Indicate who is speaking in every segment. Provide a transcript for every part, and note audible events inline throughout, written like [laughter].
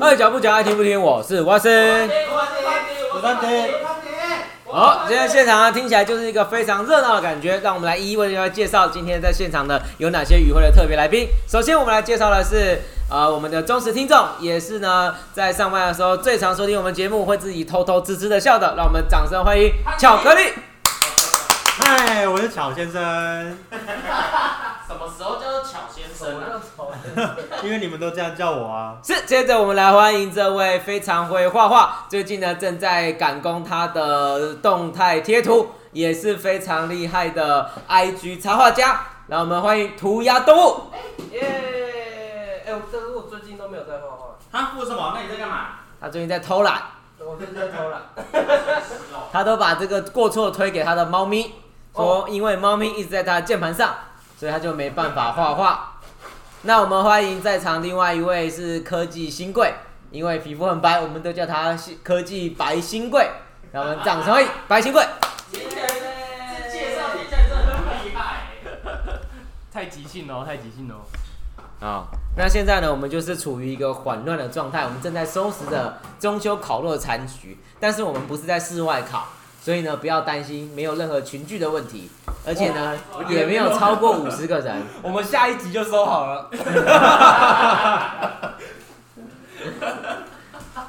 Speaker 1: 爱讲不讲，爱听不听，我是蛙森。
Speaker 2: 我三姐，
Speaker 1: 好，今天现场啊，听起来就是一个非常热闹的感觉。让我们来一一为大家介绍今天在现场的有哪些与会的特别来宾。首先，我们来介绍的是呃我们的忠实听众，也是呢在上班的时候最常收听我们节目，会自己偷偷吱吱的笑的。让我们掌声欢迎巧克力。
Speaker 2: 嗨，我是巧先生，
Speaker 3: 什么时候叫做巧先生啊？
Speaker 2: [laughs] 因为你们都这样叫我啊。
Speaker 1: 是，接着我们来欢迎这位非常会画画，最近呢正在赶工他的动态贴图，也是非常厉害的 IG 插画家。让我们欢迎涂鸦动物。
Speaker 4: 耶！哎、我但是我最近都没有在画画，
Speaker 3: 啊，为什么？那你在干嘛？
Speaker 1: 他最近在偷懒，
Speaker 4: 我最近在偷懒。
Speaker 1: 他都把这个过错推给他的猫咪，
Speaker 4: 哦
Speaker 1: 说因为猫咪一直在他的键盘上，所以他就没办法画画。那我们欢迎在场另外一位是科技新贵，因为皮肤很白，我们都叫他新科技白新贵。让我们掌声欢迎白新贵。
Speaker 3: 今天这呃介绍听起来真的很厉害欸。
Speaker 5: 太即兴了哦，太即兴了哦。
Speaker 1: 啊、那现在呢，我们就是处于一个混乱的状态，我们正在收拾着中秋烤肉的残局，但是我们不是在室外烤，所以呢，不要担心，没有任何群聚的问题，而且呢，
Speaker 5: 哦
Speaker 1: 也没有超过五十个人。
Speaker 5: [laughs] 我们下一集就收好了。
Speaker 1: [laughs]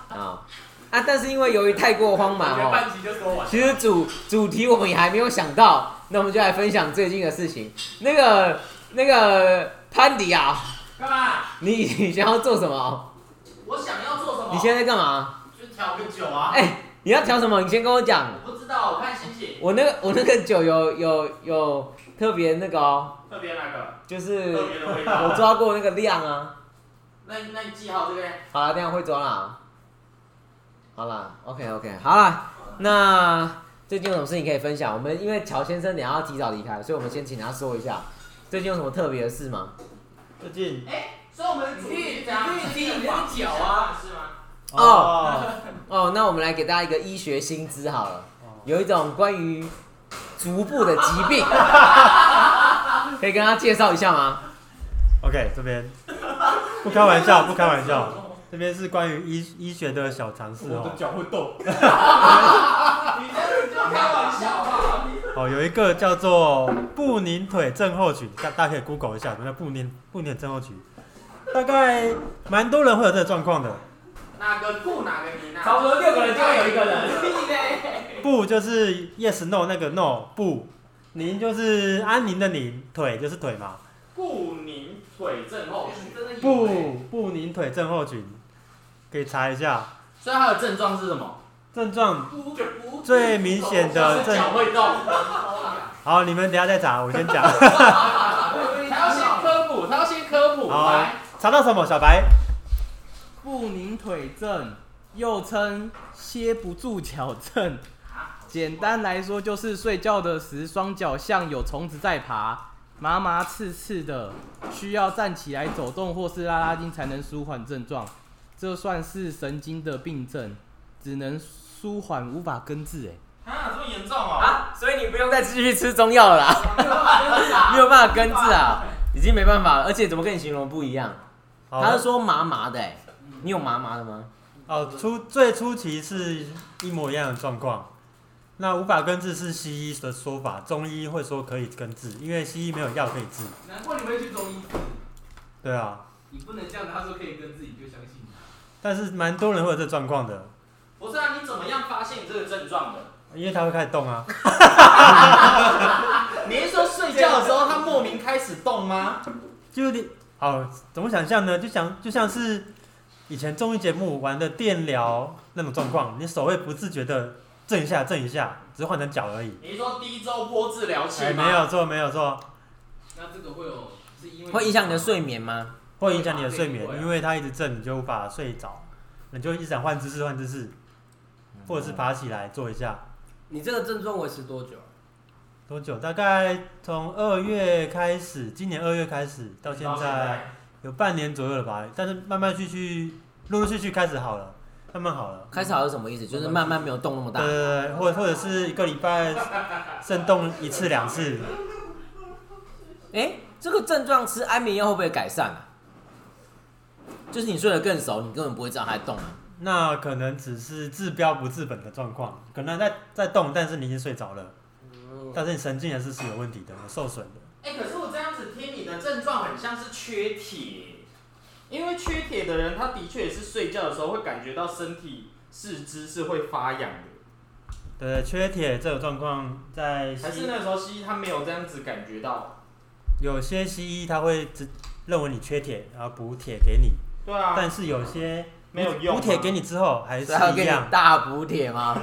Speaker 1: 啊、啊！但是因为由于太过慌忙哦，
Speaker 5: 集就收完。
Speaker 1: 其实主主题我们也还没有想到，那我们就来分享最近的事情。那个那个潘迪啊，
Speaker 3: 干嘛？
Speaker 1: 你你想要做什么？
Speaker 3: 我想要做什
Speaker 4: 哦
Speaker 3: 么？
Speaker 1: 你现在在干嘛？
Speaker 3: 去调个酒啊。
Speaker 1: 哎、你要调什么？你先跟我讲。
Speaker 3: 我不知道，我看心情。
Speaker 1: 我那个我那个酒有有有特别那个哦，
Speaker 3: 特别哪个？
Speaker 1: 就是
Speaker 3: 特别的味
Speaker 1: 我
Speaker 3: 道。
Speaker 1: 抓过那个量啊。
Speaker 3: 那那你记好这个。
Speaker 1: 好了，这样会抓啦。好啦 o k OK，好啦，那最近有什么事情可以分享？我们因为乔先生等一下要提早离开，所以我们先请他说一下，最近有什么特别的事吗？
Speaker 2: 最近
Speaker 3: 所以我们的主题是怎样？
Speaker 5: 你去踢你的脚啊
Speaker 3: 是吗？
Speaker 2: 哦，
Speaker 1: 哦，那我们来给大家一个医学新知好了，有一种关于足部的疾
Speaker 2: [laughs]
Speaker 1: 病，可以跟他介绍一下吗？
Speaker 2: OK，这边不开玩笑，不开玩笑，这边是关于医医学的小常识哦。
Speaker 5: 脚会动。
Speaker 3: 你这就开玩笑吧？
Speaker 2: 哦，有一个叫做布宁腿症候群，大大家可以 Google 一下，什么叫布宁布宁腿症候群？大概蛮多人会有这个状况的。
Speaker 3: 哪个顾哪个你呢？
Speaker 5: 差不多六个人就会有一个人。
Speaker 2: 不就是 yes no 那个 no 不，宁就是安宁的宁，腿就是腿嘛。
Speaker 3: 顾宁腿症候群。
Speaker 2: 不不宁腿症候群，可以查一下
Speaker 3: 所以它的症状是什么？
Speaker 2: 症状
Speaker 3: 不就不
Speaker 2: 最明显的症。
Speaker 3: 脚会动。
Speaker 2: 好，你们等一下再查，我先 [laughs] 讲。
Speaker 3: 他要先科普，他要先科普。
Speaker 2: 好
Speaker 3: 来，
Speaker 2: 查到什么？小白，
Speaker 5: 不宁腿症，又称歇不住脚症。简单来说，就是睡觉的时双脚像有虫子在爬，麻麻刺刺的，需要站起来走动或是拉拉筋才能舒缓症状。这算是神经的病症，只能舒缓，无法根治。哎，
Speaker 3: 啊，这么严重哦？
Speaker 1: 啊，所以你不用再继续吃中药了
Speaker 2: [laughs]
Speaker 1: 啦，没有办法根治啊，已经没办法了，而且怎么跟你形容不一样？
Speaker 2: 好嗯
Speaker 1: 他是说麻麻的、欸，你有麻麻的吗？
Speaker 2: 哦，初最初期是一模一样的状况。那无法根治是西医的说法，中医会说可以根治，因为西医没有药可以治。
Speaker 5: 难怪你会去中医，
Speaker 2: 对啊，
Speaker 5: 你不能这样子。他说可以跟自己就相信。
Speaker 2: 但是蛮多人会有这状况的，
Speaker 3: 不是啊，你怎么样发现这个症状的？
Speaker 2: 因为他会开始动啊。
Speaker 3: 你是说睡觉的时候他莫名开始动吗？
Speaker 2: 就你哦，怎么想象呢？就想就像是以前综艺节目玩的电疗那种状况，你手会不自觉的震一下震一下，只是换成脚而已。
Speaker 3: 你是说低周波治疗器
Speaker 2: 哎，
Speaker 3: 吗？
Speaker 2: 没有错没有错，
Speaker 5: 那这个会有是因为
Speaker 1: 会影响你的睡眠吗？
Speaker 2: 会影响你的睡眠
Speaker 5: 会，啊
Speaker 2: 因为它一直震，你就无法睡着，你就一直想换姿势换姿势，或者是爬起来坐一下。
Speaker 4: 你这个症状维持多久啊？
Speaker 2: 多久？大概从二月开始，今年二月开始到现在有半年左右了吧，但是慢慢续续陆陆续续开始好了，慢慢好了。
Speaker 1: 开始好是什
Speaker 2: 嗯
Speaker 1: 么意思？就是慢慢没有动那么大。
Speaker 2: 呃，或或者是一个礼拜震动一次两次，
Speaker 1: 哎、这个症状吃安眠药会不会改善啊？就是你睡得更熟，你根本不会知道它在动啊。
Speaker 2: 那可能只是治标不治本的状况，可能在在动，但是你已经睡着了，
Speaker 4: 嗯，
Speaker 2: 但是你神经也是是有问题的，有受损的。
Speaker 3: 哎、可是我这样子听你的症状很像是缺铁，
Speaker 4: 因为缺铁的人，他的确也是睡觉的时候会感觉到身体四肢是会发痒的，
Speaker 2: 对，缺铁这种状况在
Speaker 4: 还是
Speaker 2: 西
Speaker 4: 那时候西医他没有这样子感觉到。
Speaker 2: 有些西医他会只认为你缺铁，然后补铁给你，
Speaker 4: 对啊，
Speaker 2: 但是有些
Speaker 4: 没有用啊
Speaker 2: 补铁给你之后还是
Speaker 1: 所以它会
Speaker 2: 一
Speaker 1: 啊给你
Speaker 2: 样，
Speaker 1: 大补铁吗？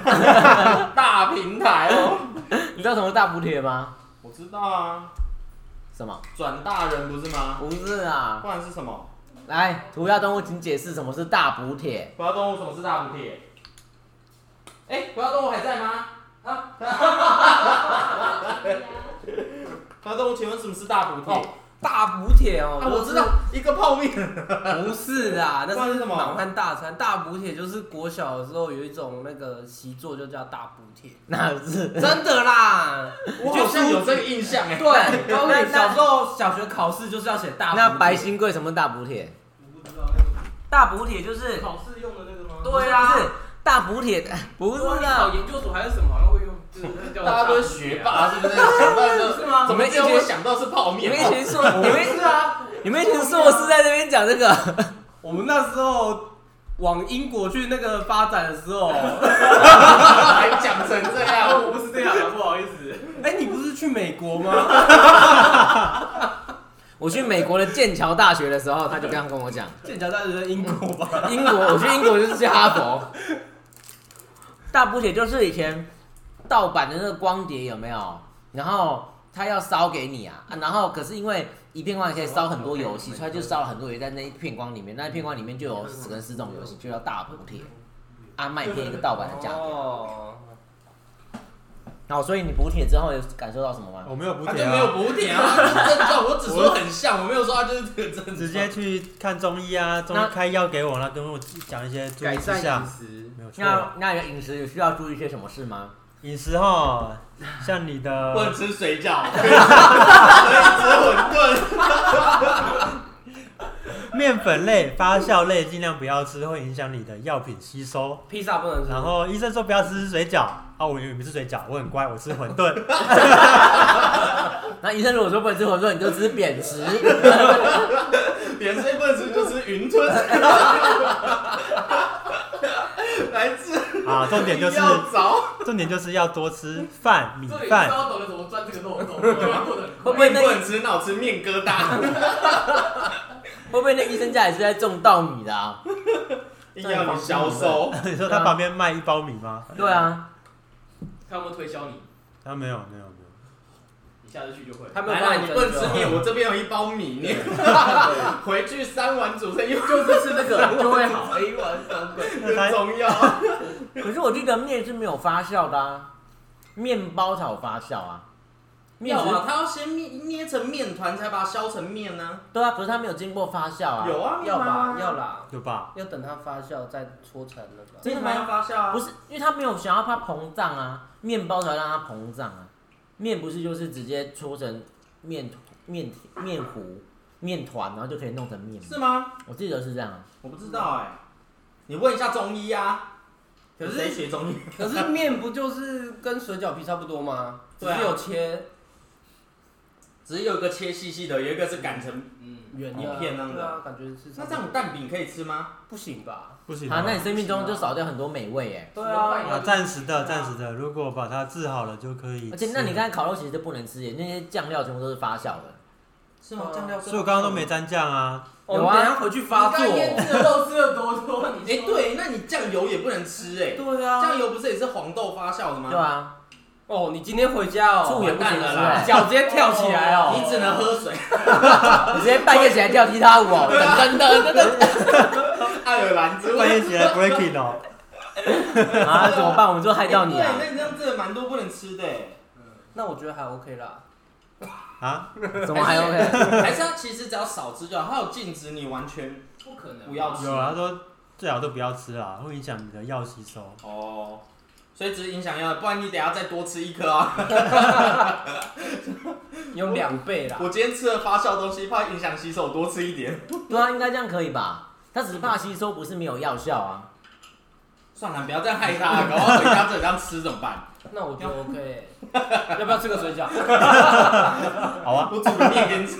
Speaker 4: 大平台哦，
Speaker 1: 你知道什么是大补铁吗？
Speaker 4: 我知道啊，
Speaker 1: 什么？
Speaker 4: 转大人不是吗？
Speaker 1: 不是啊！
Speaker 4: 不然是什么？
Speaker 1: 来，涂鸦动物，请解释什么是大补铁。
Speaker 4: 不要动物什么是大补贴？哎、不要动物还在吗？ [laughs] 啊，不要动物，请问什么是大补贴？
Speaker 1: 哦大补铁哦
Speaker 4: 啊，我知道，一个泡面。
Speaker 5: 不是啦，
Speaker 4: 不然
Speaker 5: 啊那
Speaker 4: 是
Speaker 5: 是
Speaker 4: 什么
Speaker 5: 莽汉大餐。大补铁就是国小的时候有一种那个习作，就叫大补铁，
Speaker 1: 那是
Speaker 5: 真的啦。
Speaker 4: 我好像有这个印象哎。
Speaker 5: 对，高
Speaker 1: 那
Speaker 5: 伟小时候小学考试就是要写大补
Speaker 1: 那白
Speaker 5: 铁
Speaker 1: 新贵什么是大补铁？
Speaker 5: 大补铁就是
Speaker 4: 考试用的那个吗
Speaker 5: 对
Speaker 1: 不
Speaker 5: 啊
Speaker 1: 是不是大补铁的，不是啊
Speaker 5: 考
Speaker 1: 的。
Speaker 5: 研究所还是什么好像会用，
Speaker 4: 大家都是学霸，是不是？想到啊 [laughs] 就是
Speaker 5: 是吗
Speaker 4: 怎么只有我想到是泡
Speaker 1: 你
Speaker 4: 面
Speaker 1: 们一
Speaker 4: 啊？
Speaker 1: 群 [laughs] 硕，你们是啊，你们一群硕士在这边讲这个，
Speaker 5: 我们那时候往英国去那个发展的时 [laughs] 候，
Speaker 4: 还讲成这样， [laughs]
Speaker 5: 我不是这样啊的，不好意思。哎、你不是去美国吗？
Speaker 1: 我去美国的剑桥大学的时候，他就这样跟我讲，
Speaker 5: 剑桥大学在英国
Speaker 4: [laughs]
Speaker 5: 吧？
Speaker 1: 英国，我去英国就是去哈佛。 [laughs] 大补铁就是以前盗版的那个光碟有没有？然后他要烧给你啊，啊然后可是因为一片光碟可以烧很多游戏，所以他就烧了很多游戏在那一片光里面，那一片光里面就有十跟十种游戏，就叫大补贴，啊卖给一个盗版的价格。
Speaker 5: 哦，
Speaker 1: 然后所以你补铁之后有感受到什么吗？
Speaker 2: 我没有补
Speaker 4: 他
Speaker 2: 铁
Speaker 4: 就没有
Speaker 2: 啊，
Speaker 4: 补点啊，症状我只说很像，我没有说他就是这个症状。
Speaker 2: 直接去看中医啊，中
Speaker 1: 那
Speaker 2: 医开药给我，那跟我讲一些注意
Speaker 5: 改
Speaker 2: 事
Speaker 5: 善饮
Speaker 2: 项，
Speaker 5: 食，
Speaker 2: 没有错。
Speaker 1: 那那你的饮食有需要注意些什么事吗？
Speaker 2: 饮食哈，像你
Speaker 4: 不能
Speaker 2: 的
Speaker 4: 吃水饺， [laughs] 可以吃馄饨。
Speaker 2: 面粉类、发酵类尽量不要吃，会影响你的药品吸收。
Speaker 5: 披萨不能吃。
Speaker 2: 然后医生说不要吃水饺啊，我以为你吃水饺，我很乖，我吃馄饨。
Speaker 1: [laughs] 那医生如果说不能吃馄饨，你就吃扁食。 [laughs]
Speaker 4: 扁睡不能吃就吃云 [laughs] 吞。来自
Speaker 2: 啊，重点就是
Speaker 4: 要找
Speaker 2: 重点就是要多吃饭、米饭。
Speaker 5: 懂得怎么钻这个漏洞，对吧？
Speaker 1: 会不会
Speaker 4: 面
Speaker 1: 那
Speaker 4: 不能
Speaker 1: 会
Speaker 4: 吃，那我吃面疙
Speaker 1: [laughs]
Speaker 4: 瘩，
Speaker 1: 不会那医生家也是在种稻米的啊？
Speaker 4: 硬要你销售。
Speaker 2: [laughs] 你说他旁边卖一包米吗？
Speaker 1: 对 [laughs] 啊，
Speaker 5: 看有没有推销你，
Speaker 2: 他没有，没有，没
Speaker 5: 你下次去就会。
Speaker 4: 来啦，你不能吃面，我这边有一包米，你 [laughs] 回去三碗煮成一碗
Speaker 5: 就是吃那
Speaker 4: [laughs]
Speaker 1: 啊
Speaker 5: 个就会好，一碗三个。
Speaker 2: 有。那
Speaker 4: 很
Speaker 2: 他
Speaker 4: 重要。 [laughs]
Speaker 1: 可是我记得面是没有发酵的啊，面包才有发酵啊。面
Speaker 4: 要
Speaker 1: 只是
Speaker 4: 啊，它要先捏捏成面团，才把它削成面呢、
Speaker 1: 对啊，可是它没有经过发酵啊。
Speaker 4: 有啊，
Speaker 5: 要吧，要
Speaker 4: 啦，
Speaker 5: 啦，
Speaker 2: 有吧？
Speaker 5: 要等它发酵再搓成了吧。
Speaker 1: 真的
Speaker 4: 面团要
Speaker 1: 吗？
Speaker 4: 发酵啊。
Speaker 1: 不是，因为它没有想要它膨胀啊，面包才会让它膨胀啊。面不是就是直接搓成面面面糊面团，然后就可以弄成面吗？
Speaker 4: 是啊吗？
Speaker 1: 我记得是这样啊。
Speaker 4: 我不知道哎、你问一下中医啊。
Speaker 5: 可是
Speaker 4: 谁学中医？
Speaker 5: 可是面不就是跟水饺皮差不多吗？只
Speaker 4: 对啊
Speaker 5: 是有切
Speaker 4: 只是有一个切细细的，有一个是擀成。
Speaker 5: 圆的
Speaker 4: 一片那样的
Speaker 5: 对啊，感觉是差
Speaker 4: 那
Speaker 5: 不多
Speaker 4: 这样蛋饼可以吃吗？
Speaker 5: 不行吧？
Speaker 2: 不行
Speaker 1: 啊
Speaker 2: 啊，
Speaker 1: 那你生命中就少掉很多美味哎。
Speaker 5: 对
Speaker 2: 啊，
Speaker 5: 啊，
Speaker 2: 暂时的，暂时的。如果把它治好了就可以吃了。
Speaker 1: 而且，那你刚才烤肉其实就不能吃耶，那些酱料全部都是发酵的。
Speaker 4: 是
Speaker 5: 吗酱料
Speaker 2: 所以我刚刚都没沾酱啊，
Speaker 5: 我
Speaker 4: 哦
Speaker 1: 有
Speaker 5: 们
Speaker 1: 啊
Speaker 5: 等一下回去发作。
Speaker 4: 制的肉吃的多多。 [laughs] 哎、对，那你酱油也不能吃哎、
Speaker 5: 对
Speaker 4: 酱
Speaker 5: 啊，
Speaker 4: 油不是也是黄豆发酵的
Speaker 2: 嗯
Speaker 4: 吗？
Speaker 1: 对啊，
Speaker 5: 哦，你今天回家哦，
Speaker 1: 醋也不行
Speaker 4: 完蛋
Speaker 1: 吃
Speaker 4: 了
Speaker 3: 啊
Speaker 4: 啦
Speaker 1: 哎，
Speaker 5: 脚直接跳起来
Speaker 1: 啊
Speaker 5: 哦，
Speaker 4: 你只能喝水。 [laughs]
Speaker 1: 你直接半夜起来跳踢踏舞哦，
Speaker 4: 啊
Speaker 1: 噔噔噔
Speaker 4: 爱尔兰之
Speaker 2: 半
Speaker 4: 外，
Speaker 2: 夜起来 breaking 哦。
Speaker 1: 噔。啊，怎么办？我们就害到你啊
Speaker 4: 哎对，！那你这样真的蛮多不能吃的
Speaker 1: [laughs]
Speaker 4: 哎。
Speaker 5: 那我觉得还 OK 啦。
Speaker 2: 啊，
Speaker 1: 怎么还 OK？
Speaker 4: 还是要其实只要少吃就好，它有禁止你完全
Speaker 5: 不可能
Speaker 4: 不要吃。
Speaker 2: 有啊，他说最好都不要吃啊，会影响你的药吸收。
Speaker 4: 哦，所以只是影响药，不然你等下再多吃一颗
Speaker 1: [laughs]
Speaker 4: 啊。
Speaker 5: 有两倍啦。
Speaker 1: 啊 [laughs]
Speaker 4: 我今天吃了发酵东西，怕影响吸收，我多吃一点。
Speaker 1: 对啊，应该这样可以吧？他只是怕吸收，不是没有药效啊。
Speaker 6: 算了，不要这样害他，搞不好回家这样吃怎么办？
Speaker 3: 那我觉得 OK，欸要不要吃个水饺？
Speaker 2: 好啊，
Speaker 4: 我煮个面给你吃，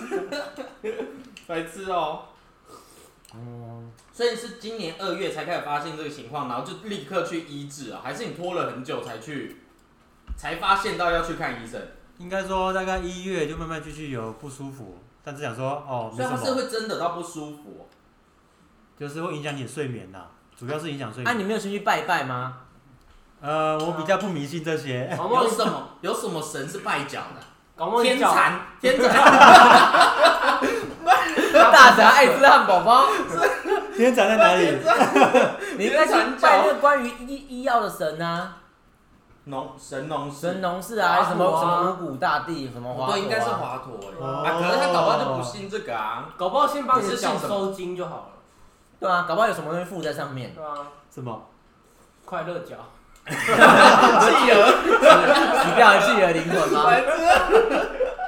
Speaker 4: [laughs] 白痴哦。所以是今年二月才开始发现这个情况，然后就立刻去医治啊？还是你拖了很久才去，才发现到要去看医生？
Speaker 2: 应该说大概一月就慢慢继续有不舒服，但是想说哦没
Speaker 4: 所以
Speaker 2: 什
Speaker 4: 他是
Speaker 2: 么，
Speaker 4: 会真的到不舒服、哦
Speaker 2: 就是会影响你的睡眠呐，主要是影响睡
Speaker 1: 啊，你
Speaker 2: 眠。
Speaker 1: 没有先去拜一拜吗？
Speaker 2: 呃，我比较不迷信这些， [laughs]
Speaker 3: 搞不好
Speaker 4: 有
Speaker 3: 你
Speaker 4: 什么有什么神是拜脚的？
Speaker 3: 搞不好
Speaker 4: 天
Speaker 3: 你脚
Speaker 4: 蚕，天蚕，
Speaker 1: 大侠爱吃汉堡
Speaker 4: [laughs]
Speaker 1: 包，
Speaker 2: 天长在哪里？
Speaker 1: 你应该去拜那个关于医医药的神啊，
Speaker 4: [laughs] 农神农氏
Speaker 1: 神农氏啊，
Speaker 3: 华佗啊
Speaker 1: 什么什么五谷大帝，什么华、啊、
Speaker 4: 哦对，应该是华佗哎、
Speaker 2: 哦
Speaker 4: 啊，可是他搞不好就不信这个啊。
Speaker 3: 搞不好先把你的
Speaker 4: 你是姓
Speaker 3: 脚
Speaker 4: 什么
Speaker 3: 收筋就好了，
Speaker 1: 对啊，搞不好有什么东西附在上面
Speaker 3: 对。吧？
Speaker 2: 什么？
Speaker 3: 快乐脚，
Speaker 4: 企鹅，
Speaker 1: 你不要自己的灵魂吗？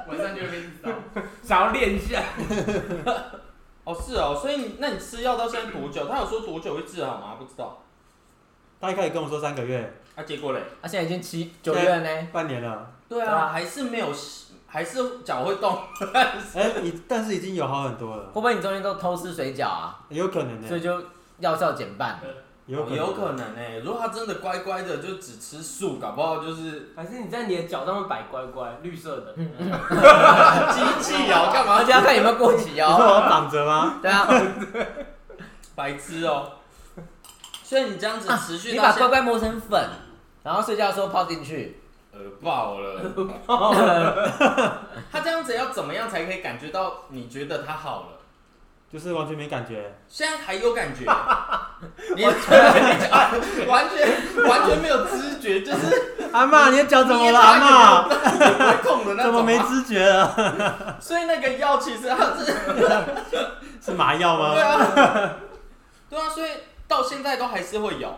Speaker 6: 晚上就会知道。
Speaker 3: 想要练一下。
Speaker 4: 哦是哦，所以你那你吃药到现在多久？他有说多久会治好吗？不知道。
Speaker 2: 他一开始跟我说三个月，
Speaker 4: 啊，结果嘞？
Speaker 1: 啊，现在已经七九月了呢，
Speaker 2: 半年了，
Speaker 4: 对
Speaker 1: 对啊
Speaker 4: 啊，还是没有，还是脚会动。
Speaker 2: 哎，你但是已经有好很多
Speaker 1: 会
Speaker 2: 了，
Speaker 1: 不会你中间都偷吃水饺啊？
Speaker 2: 有可能
Speaker 1: 所以
Speaker 2: 呢，
Speaker 1: 就药效减半。
Speaker 2: 有可能，
Speaker 4: 有可能哎、如果他真的乖乖的，就只吃素，搞不好就是 [laughs]
Speaker 3: 还是你在你的脚上面摆乖乖，绿色的，
Speaker 4: 机器哦，干
Speaker 1: 而
Speaker 4: 嘛？
Speaker 1: 且要看有没有过期
Speaker 2: 你说
Speaker 1: 哦。
Speaker 2: 我要绑着吗？
Speaker 1: 对啊，
Speaker 4: 白痴哦。所以你这样子持续
Speaker 1: [laughs] 啊你
Speaker 4: 到
Speaker 1: 把
Speaker 4: 现
Speaker 1: 乖
Speaker 4: 在，
Speaker 1: 乖磨成粉，然后睡觉的时候泡进去。
Speaker 4: 呃，爆了。他这样子要怎么样才可以感觉到你觉得他好了？
Speaker 2: 就是完全没感觉，
Speaker 4: 现在还有感觉，你 [laughs] 完全完全没有知觉，就是
Speaker 2: 阿嬷，你的脚怎么了？
Speaker 4: 捏它
Speaker 2: 阿嬷，
Speaker 4: 不会痛的那
Speaker 2: 怎
Speaker 4: 种、
Speaker 2: 么没？知觉啊
Speaker 4: [laughs]
Speaker 2: 了？
Speaker 4: 所以那个药其实它是
Speaker 2: 是麻药吗？
Speaker 4: 对啊，对啊，所以到现在都还是会有。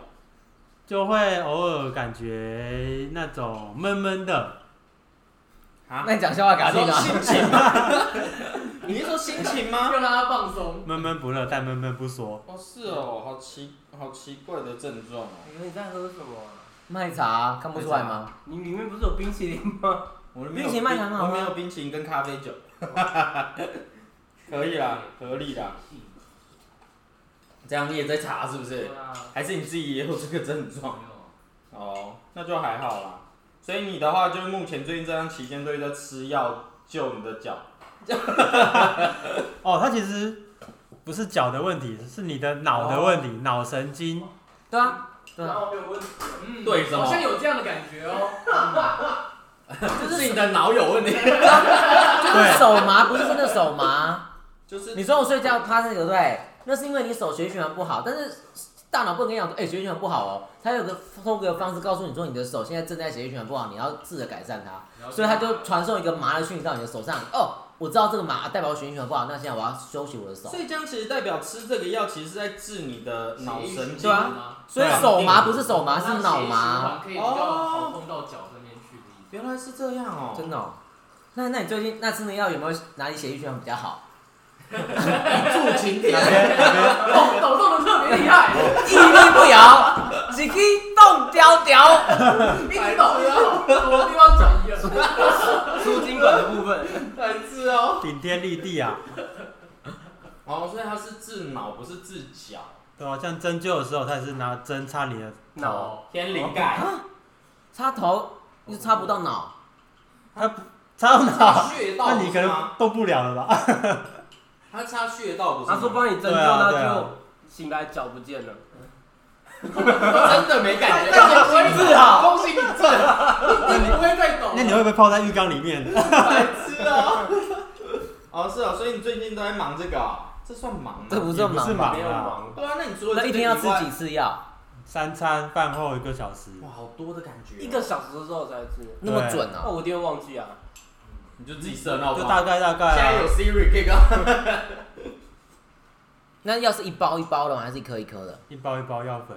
Speaker 2: 就会偶尔感觉那种闷闷的，
Speaker 4: 啊
Speaker 1: 那你讲笑话给他
Speaker 4: 你
Speaker 1: 听
Speaker 4: 说
Speaker 1: 啊。
Speaker 4: 心情吗？ [laughs] 你是说心情吗？
Speaker 3: 让他放松。
Speaker 2: 闷闷不乐，但闷闷不说。
Speaker 4: 哦，是哦，好奇好奇怪的症状哦。
Speaker 3: 哎你说你在喝什么啊？
Speaker 1: 卖茶啊、看不出来吗？
Speaker 3: 你里面不是有冰淇淋吗？
Speaker 4: 我没有
Speaker 1: 冰淇淋卖得很好
Speaker 4: 我
Speaker 1: 吗
Speaker 4: 没有冰淇淋跟咖啡酒，可以啦，合理啦。这样你也在查是不是？
Speaker 3: 啊，
Speaker 4: 还是你自己也有这个症状？
Speaker 3: 没有
Speaker 4: 哦，那就还好啦。所以你的话，就是目前最近这段期间都在吃药救你的脚。
Speaker 2: 哦，它其实不是脚的问题，是你的脑的问题，脑神经。
Speaker 1: 对啊，对啊，
Speaker 3: 后没有问题。嗯
Speaker 4: 对什么
Speaker 3: 好像有这样的感觉哦。
Speaker 4: 就是你的脑有问题，
Speaker 1: 就是手麻，不是真的手麻。
Speaker 4: 就是
Speaker 1: 你说我睡觉趴那个对不对，那是因为你手血液循环不好，但是大脑不能跟你讲说，哎、血液循环不好哦，它有个通过一个方式告诉你说你的手现在正在血液循环不好，你要试着改善它，所以它就传送一个麻的讯息到你的手上。哦，我知道这个麻代表我血液循环不好，那现在我要休息我的手
Speaker 4: 所。以这样其实代表吃这个药其实是在治你的脑神经
Speaker 1: 对啊
Speaker 6: 啊，
Speaker 1: 所以手麻不是手麻，是脑麻。
Speaker 6: 可以比较好碰到脚上面去的意思。
Speaker 4: 原来是这样哦、
Speaker 1: 真的、哦？那那你最近那吃的药有没有哪里血液循环比较好？住晴天，
Speaker 3: 抖抖动的特别厉害，
Speaker 1: 屹立不摇，只可以动貂貂。
Speaker 3: 一直抖，一直抖，什么地方转移了？
Speaker 5: 输精管的部分，
Speaker 4: 白痴哦、
Speaker 2: 顶天立地啊！
Speaker 4: 哦，所以它是治脑，不是治脚。
Speaker 2: 对啊，像针灸的时候，它也是拿针插你的 [laughs] 头，
Speaker 3: 脑
Speaker 4: 天灵盖， [laughs]
Speaker 1: 插头又插不到脑，
Speaker 2: 插到
Speaker 4: 插
Speaker 2: 脑，
Speaker 4: 穴道
Speaker 2: 那你
Speaker 4: 不
Speaker 2: 可
Speaker 4: 是
Speaker 2: 能
Speaker 4: 吗？
Speaker 2: 动不了了吧？
Speaker 4: 他插穴道不是吗？
Speaker 3: 他说帮你针灸，
Speaker 2: 对啊
Speaker 3: 他
Speaker 2: 对啊
Speaker 3: 就醒来脚不见了。
Speaker 4: 真的没感觉，但是
Speaker 1: 治好。
Speaker 4: 恭喜你中了， [laughs]
Speaker 3: 你不会再抖
Speaker 2: 那你会不会泡在浴缸里面？
Speaker 4: 白痴哦、 [laughs] 哦，是哦，所以你最近都在忙这个哦、这算忙吗？
Speaker 1: 这不
Speaker 2: 不
Speaker 1: 是
Speaker 2: 不是
Speaker 1: 忙吧？
Speaker 2: 忙啊，
Speaker 4: 对啊，那你除了
Speaker 1: 那
Speaker 4: 这
Speaker 1: 一
Speaker 4: 个
Speaker 1: 天要吃
Speaker 4: 以外
Speaker 1: 几？次药？
Speaker 2: 三餐饭后一个小时，
Speaker 4: 哇，好多的感觉哦、
Speaker 3: 一个小时之后才吃，
Speaker 1: 那么准
Speaker 3: 那
Speaker 1: 哦、
Speaker 3: 我一定会忘记啊。
Speaker 4: 你就自己设闹
Speaker 2: 就
Speaker 4: 钟。
Speaker 2: 大概大概
Speaker 4: 现在
Speaker 2: 啊
Speaker 4: 有。Siri 可以告
Speaker 1: 那药是一包一包的吗？还是一颗一颗的？
Speaker 2: 一包一包药粉，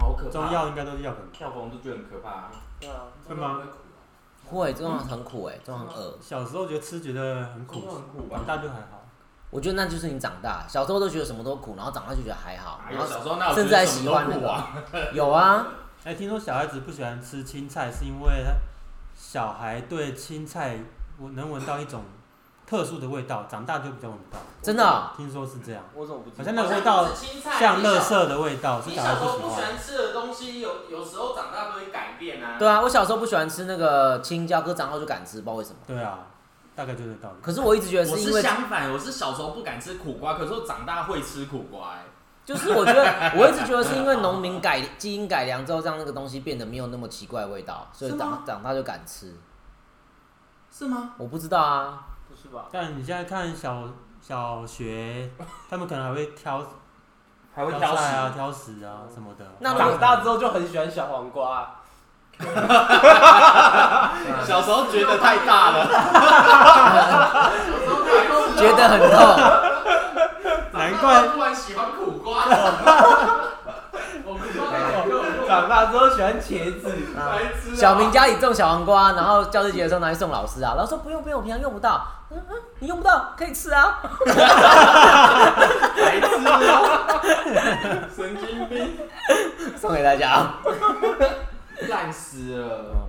Speaker 4: 好可怕。
Speaker 2: 中药应该都是药粉吧，
Speaker 4: 跳房就觉得很可怕、
Speaker 3: 对啊，
Speaker 2: 会吗？
Speaker 1: 会，这种很苦哎、这种很恶。
Speaker 4: 嗯
Speaker 2: 小时候觉得吃觉得很
Speaker 4: 中
Speaker 2: 苦
Speaker 4: 药，很苦吧
Speaker 2: 长？大就还好。
Speaker 1: 我觉得那就是你长大，小时候都觉得什么都苦，然后长大就觉得还好，
Speaker 4: 哎
Speaker 1: 然
Speaker 4: 呦
Speaker 1: 后
Speaker 4: 小时候那我
Speaker 1: 甚至还
Speaker 4: 什
Speaker 1: 喜
Speaker 4: 么
Speaker 1: 欢
Speaker 4: 都
Speaker 1: 那
Speaker 4: 不
Speaker 1: 个。
Speaker 4: 玩，
Speaker 1: 有啊，
Speaker 2: 哎、听说小孩子不喜欢吃青菜，是因为他小孩对青菜我能闻到一种特殊的味道，长大就比较闻不到。
Speaker 1: 真的哦、
Speaker 2: 听说是这样，
Speaker 1: 我怎么不知
Speaker 2: 好像那个味道像垃圾的味道，是
Speaker 4: 你
Speaker 2: 小
Speaker 4: 小
Speaker 2: 孩
Speaker 4: 时
Speaker 2: 不
Speaker 4: 候不
Speaker 2: 喜
Speaker 4: 喜
Speaker 2: 欢。
Speaker 4: 欢吃的东西，有有时候长大都会改变啊。
Speaker 1: 对啊，我小时候不喜欢吃那个青椒，可是长大就敢吃，不知道为什么。
Speaker 2: 对啊，大概就这道理。
Speaker 1: 可是我一直觉得
Speaker 4: 我
Speaker 1: 是因
Speaker 4: 是
Speaker 1: 为，
Speaker 4: 相反，我是小时候不敢吃苦瓜，可是我长大会吃苦瓜、哎
Speaker 1: 就是我觉得，我一直觉得是因为农民改基因改良之后，让那个东西变得没有那么奇怪的味道，所以
Speaker 4: 是吗
Speaker 1: 长长大就敢吃。
Speaker 4: 是吗？
Speaker 1: 我不知道啊，
Speaker 5: 不是吧？
Speaker 2: 但你现在看小小学，他们可能还会挑
Speaker 4: 还会
Speaker 2: 挑
Speaker 4: 挑食
Speaker 2: 菜啊、挑食啊什么的。
Speaker 1: 那如果
Speaker 5: 长大之后就很喜欢小黄
Speaker 7: 啊
Speaker 5: 瓜，
Speaker 4: 小时候觉得太大了，
Speaker 1: 觉得很痛。
Speaker 2: 难怪
Speaker 4: 突然喜欢苦瓜，
Speaker 3: 我不知道哪个我
Speaker 5: 长大之后喜欢茄子，
Speaker 4: 白痴啊
Speaker 1: 小明家里种小黄瓜，然后教师节的时候拿去送老师啊，老师说不用不用，我平常用不到。嗯嗯，你用不到可以吃啊。
Speaker 4: 白痴啊， [laughs] 神经病，
Speaker 1: 送给大家 [laughs] 啊。
Speaker 4: [laughs] 烂死了。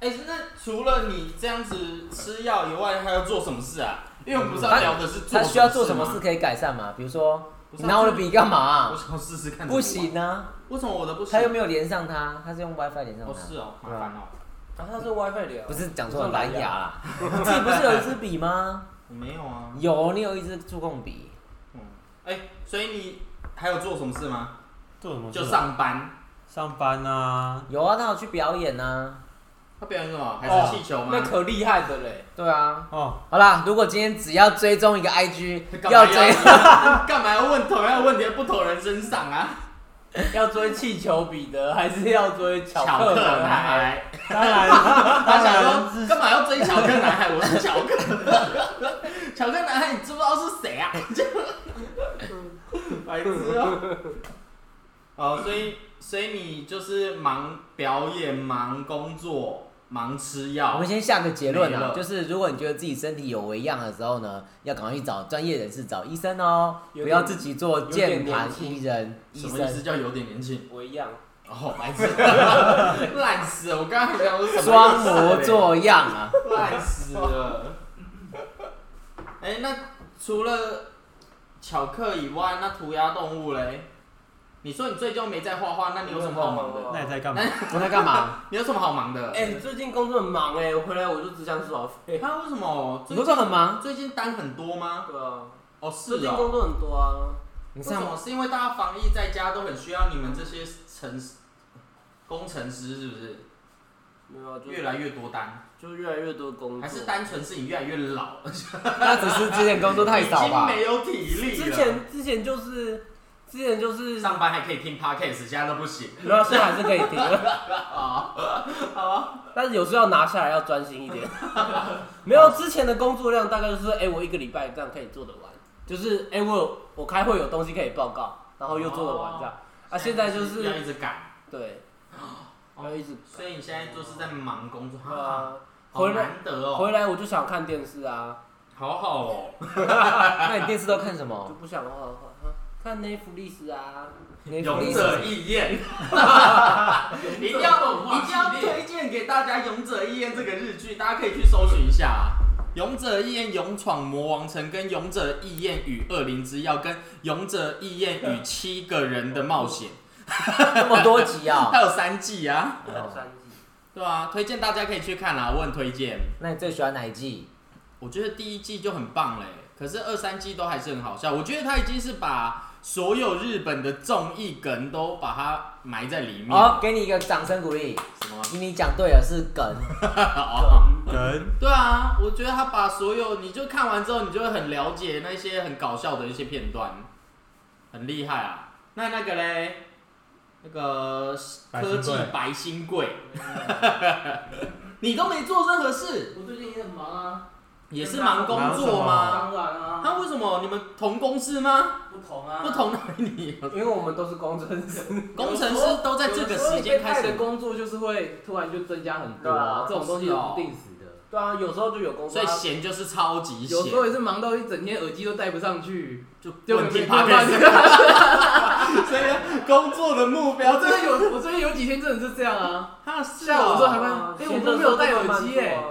Speaker 4: 哎、那除了你这样子吃药以外，还要做什么事啊？因为我们不是要聊的是做
Speaker 1: 他需要做什么
Speaker 4: 吗
Speaker 1: 事？可以改善吗？比如说，
Speaker 4: 不是
Speaker 1: 你
Speaker 4: 啊
Speaker 1: 拿我的笔干嘛
Speaker 4: 我
Speaker 1: 啊？
Speaker 4: 想试试看。
Speaker 1: 不，行啊，
Speaker 4: 为什么我的不行？
Speaker 1: 他又没有连上它，他是啊用 WiFi 连上
Speaker 4: 哦，
Speaker 1: 它。
Speaker 4: 是哦，麻烦哦。
Speaker 5: 然后是 WiFi 聊
Speaker 1: 不是讲错了，蓝牙啦。你自己不是有一支笔吗？
Speaker 4: 我没有啊。
Speaker 1: 有，你有一支触控笔。
Speaker 4: 嗯，哎、所以你还有做什么事吗？
Speaker 2: 做什么事啊？
Speaker 4: 就上班。
Speaker 2: 上班啊，
Speaker 1: 有啊，他有去表演啊呐、
Speaker 4: 他表演什么？还
Speaker 1: 哦
Speaker 4: 是气球吗？
Speaker 5: 那可厉害的嘞，
Speaker 1: 对啊。
Speaker 2: 哦，
Speaker 1: 好啦，如果今天只要追踪一个 IG，
Speaker 4: [laughs] 干嘛
Speaker 1: 追，
Speaker 4: 要 [laughs] 干嘛要问同样的问题在不同人身上
Speaker 1: [laughs]
Speaker 4: 啊？
Speaker 5: 要追气球彼得还是要追巧
Speaker 4: 巧
Speaker 1: 啊
Speaker 4: 克
Speaker 5: 克力？
Speaker 4: 男孩，
Speaker 2: 当然，
Speaker 4: 他
Speaker 2: 当
Speaker 4: 想
Speaker 2: 然
Speaker 4: 说
Speaker 2: 是
Speaker 4: 干嘛要追巧克男孩？我是巧克，巧克男孩，你知不知道是谁啊？ [laughs] 白痴哦。哦，所以所以你就是忙表演、忙工作、忙吃
Speaker 1: 我
Speaker 4: 药
Speaker 1: 们。先下个结论
Speaker 4: 没
Speaker 1: 啊
Speaker 4: 了，
Speaker 1: 就是如果你觉得自己身体有违恙的时候呢，要赶快去找专业人士，找医生哦，
Speaker 5: 有点
Speaker 1: 不要自己做键盘
Speaker 5: 有点年
Speaker 1: 医人医
Speaker 4: 什么意思
Speaker 1: 生。
Speaker 4: 叫有点年轻？
Speaker 5: 我一样，
Speaker 4: 哦，
Speaker 1: [laughs]
Speaker 4: 白痴，烂死了！我刚刚还想说什么？
Speaker 1: 装模作样啊！
Speaker 4: 烂死 [laughs] 了。哎、那除了巧克以外，那涂鸦动物嘞？你说你最近没在画画，那你有什么好忙的？
Speaker 2: [laughs] 那你在干嘛？
Speaker 1: [laughs] 我在干嘛？
Speaker 4: 你有什么好忙的？
Speaker 5: 哎、最近工作很忙哎、我回来我就只想吃老
Speaker 4: 哎
Speaker 5: 费。
Speaker 4: 他为什么
Speaker 1: 你
Speaker 4: 最
Speaker 1: 工作
Speaker 4: 近
Speaker 1: 很忙，
Speaker 4: 最近单很多吗？
Speaker 5: 对啊，
Speaker 4: 哦，
Speaker 5: [laughs] 最
Speaker 4: 是
Speaker 5: 近
Speaker 4: 哦。
Speaker 5: 工作很多啊。
Speaker 1: 你
Speaker 4: 为
Speaker 1: 上
Speaker 4: 什么？是因为大家防疫在家都很需要你们这些程工程师，是不是？
Speaker 5: 没有啊，就
Speaker 4: 越来越多单，
Speaker 5: 就越来越多工作，
Speaker 4: 还是单纯是你越来越老，
Speaker 1: 那只是之前工作太少
Speaker 4: 已经
Speaker 1: 吧？
Speaker 4: 没有体力了。
Speaker 5: 之前之前就是之前就是，
Speaker 4: 上班还可以听 podcast，现在都不行。
Speaker 5: 没有啊，现在还是可以
Speaker 4: [laughs]
Speaker 5: 停。
Speaker 4: 啊
Speaker 5: 但是有时候要拿下来要专心一
Speaker 4: [laughs]
Speaker 5: 点。没有之前的工作量大概就是，哎、我一个礼拜这样可以做得完，就是哎、我有我开会有东西可以报告，然后又做得完这样。啊，现在就
Speaker 4: 要
Speaker 5: 是
Speaker 4: 一直赶，
Speaker 5: 对，要一直
Speaker 4: 所以你现在就是在忙工作，
Speaker 5: 对啊，
Speaker 4: 好
Speaker 5: 回来
Speaker 4: 难得哦，
Speaker 5: 回来我就想看电视啊，
Speaker 4: 好好哦。
Speaker 1: 那你电视都看什
Speaker 5: 就
Speaker 1: 么？
Speaker 5: 不想画画，啊看 Netflix 啊。
Speaker 4: 勇
Speaker 1: Netflix
Speaker 4: 者义 [laughs] 彦，一定要一定要推荐给大家《勇者义彦》这个日剧，大家可以去搜寻一下、啊。《勇者义彦勇闯魔王城》跟《勇者义彦与恶灵之钥》跟《勇者义彦与七个人的冒险
Speaker 1: 这么多集》，啊？ [laughs]
Speaker 4: 它有三季啊，
Speaker 5: 三季，
Speaker 4: 对啊，推荐大家可以去看啊，我很推荐。
Speaker 1: 那你最喜欢哪一季？
Speaker 4: 我觉得第一季就很棒嘞，可是二三季都还是很好笑。我觉得他已经是把所有日本的综艺梗都把它埋在里面。
Speaker 1: 好，给你一个掌声鼓励。
Speaker 4: 什么？
Speaker 1: 你讲对了，是梗。
Speaker 2: 人
Speaker 4: 对啊，我觉得他把所有，你就看完之后，你就会很了解那些很搞笑的一些片段，很厉害啊。那那个嘞，那个
Speaker 2: 白
Speaker 4: 科
Speaker 2: 新
Speaker 4: 技
Speaker 2: 贵
Speaker 4: 白新贵，你都没做任何事，
Speaker 3: 我最近也很忙啊，
Speaker 4: 也是忙工作吗？
Speaker 3: 当然啊，
Speaker 4: 那为什么你们同公司吗？
Speaker 3: 不同啊，
Speaker 4: 不同哪里？
Speaker 5: 因为我们都是工程师，
Speaker 4: 工程师都在这个时间
Speaker 3: 有
Speaker 4: 开
Speaker 3: 时候你被派
Speaker 4: 始
Speaker 3: 的工作就是会突然就增加很多
Speaker 5: 对啊
Speaker 3: 啊，这种东西是
Speaker 4: 是哦
Speaker 3: 不定时的。
Speaker 7: 对啊，有时候就有工作
Speaker 4: 所以
Speaker 7: 啊，
Speaker 4: 闲就是啊超级
Speaker 5: 有时候
Speaker 4: 闲，
Speaker 5: 也是忙到一整天耳机都戴不
Speaker 4: [laughs]
Speaker 5: 上去，
Speaker 4: 就
Speaker 5: 就
Speaker 4: 问
Speaker 5: 没
Speaker 4: 题
Speaker 5: 办
Speaker 4: 怕
Speaker 5: 法。
Speaker 4: 变
Speaker 5: [laughs]
Speaker 6: 所以工作的目
Speaker 5: 我
Speaker 6: 标
Speaker 5: 真的有，我最近有几天真的是这样啊。
Speaker 4: 啊，是
Speaker 5: 下午的时候还
Speaker 4: 哦，
Speaker 5: 会，
Speaker 7: 啊
Speaker 5: 哎，我
Speaker 7: 闲
Speaker 5: 都
Speaker 7: 的
Speaker 5: 没
Speaker 7: 时候
Speaker 5: 有戴
Speaker 7: 就慢
Speaker 5: 耳
Speaker 7: 慢
Speaker 5: 机
Speaker 7: 做
Speaker 5: 哎。
Speaker 7: 啊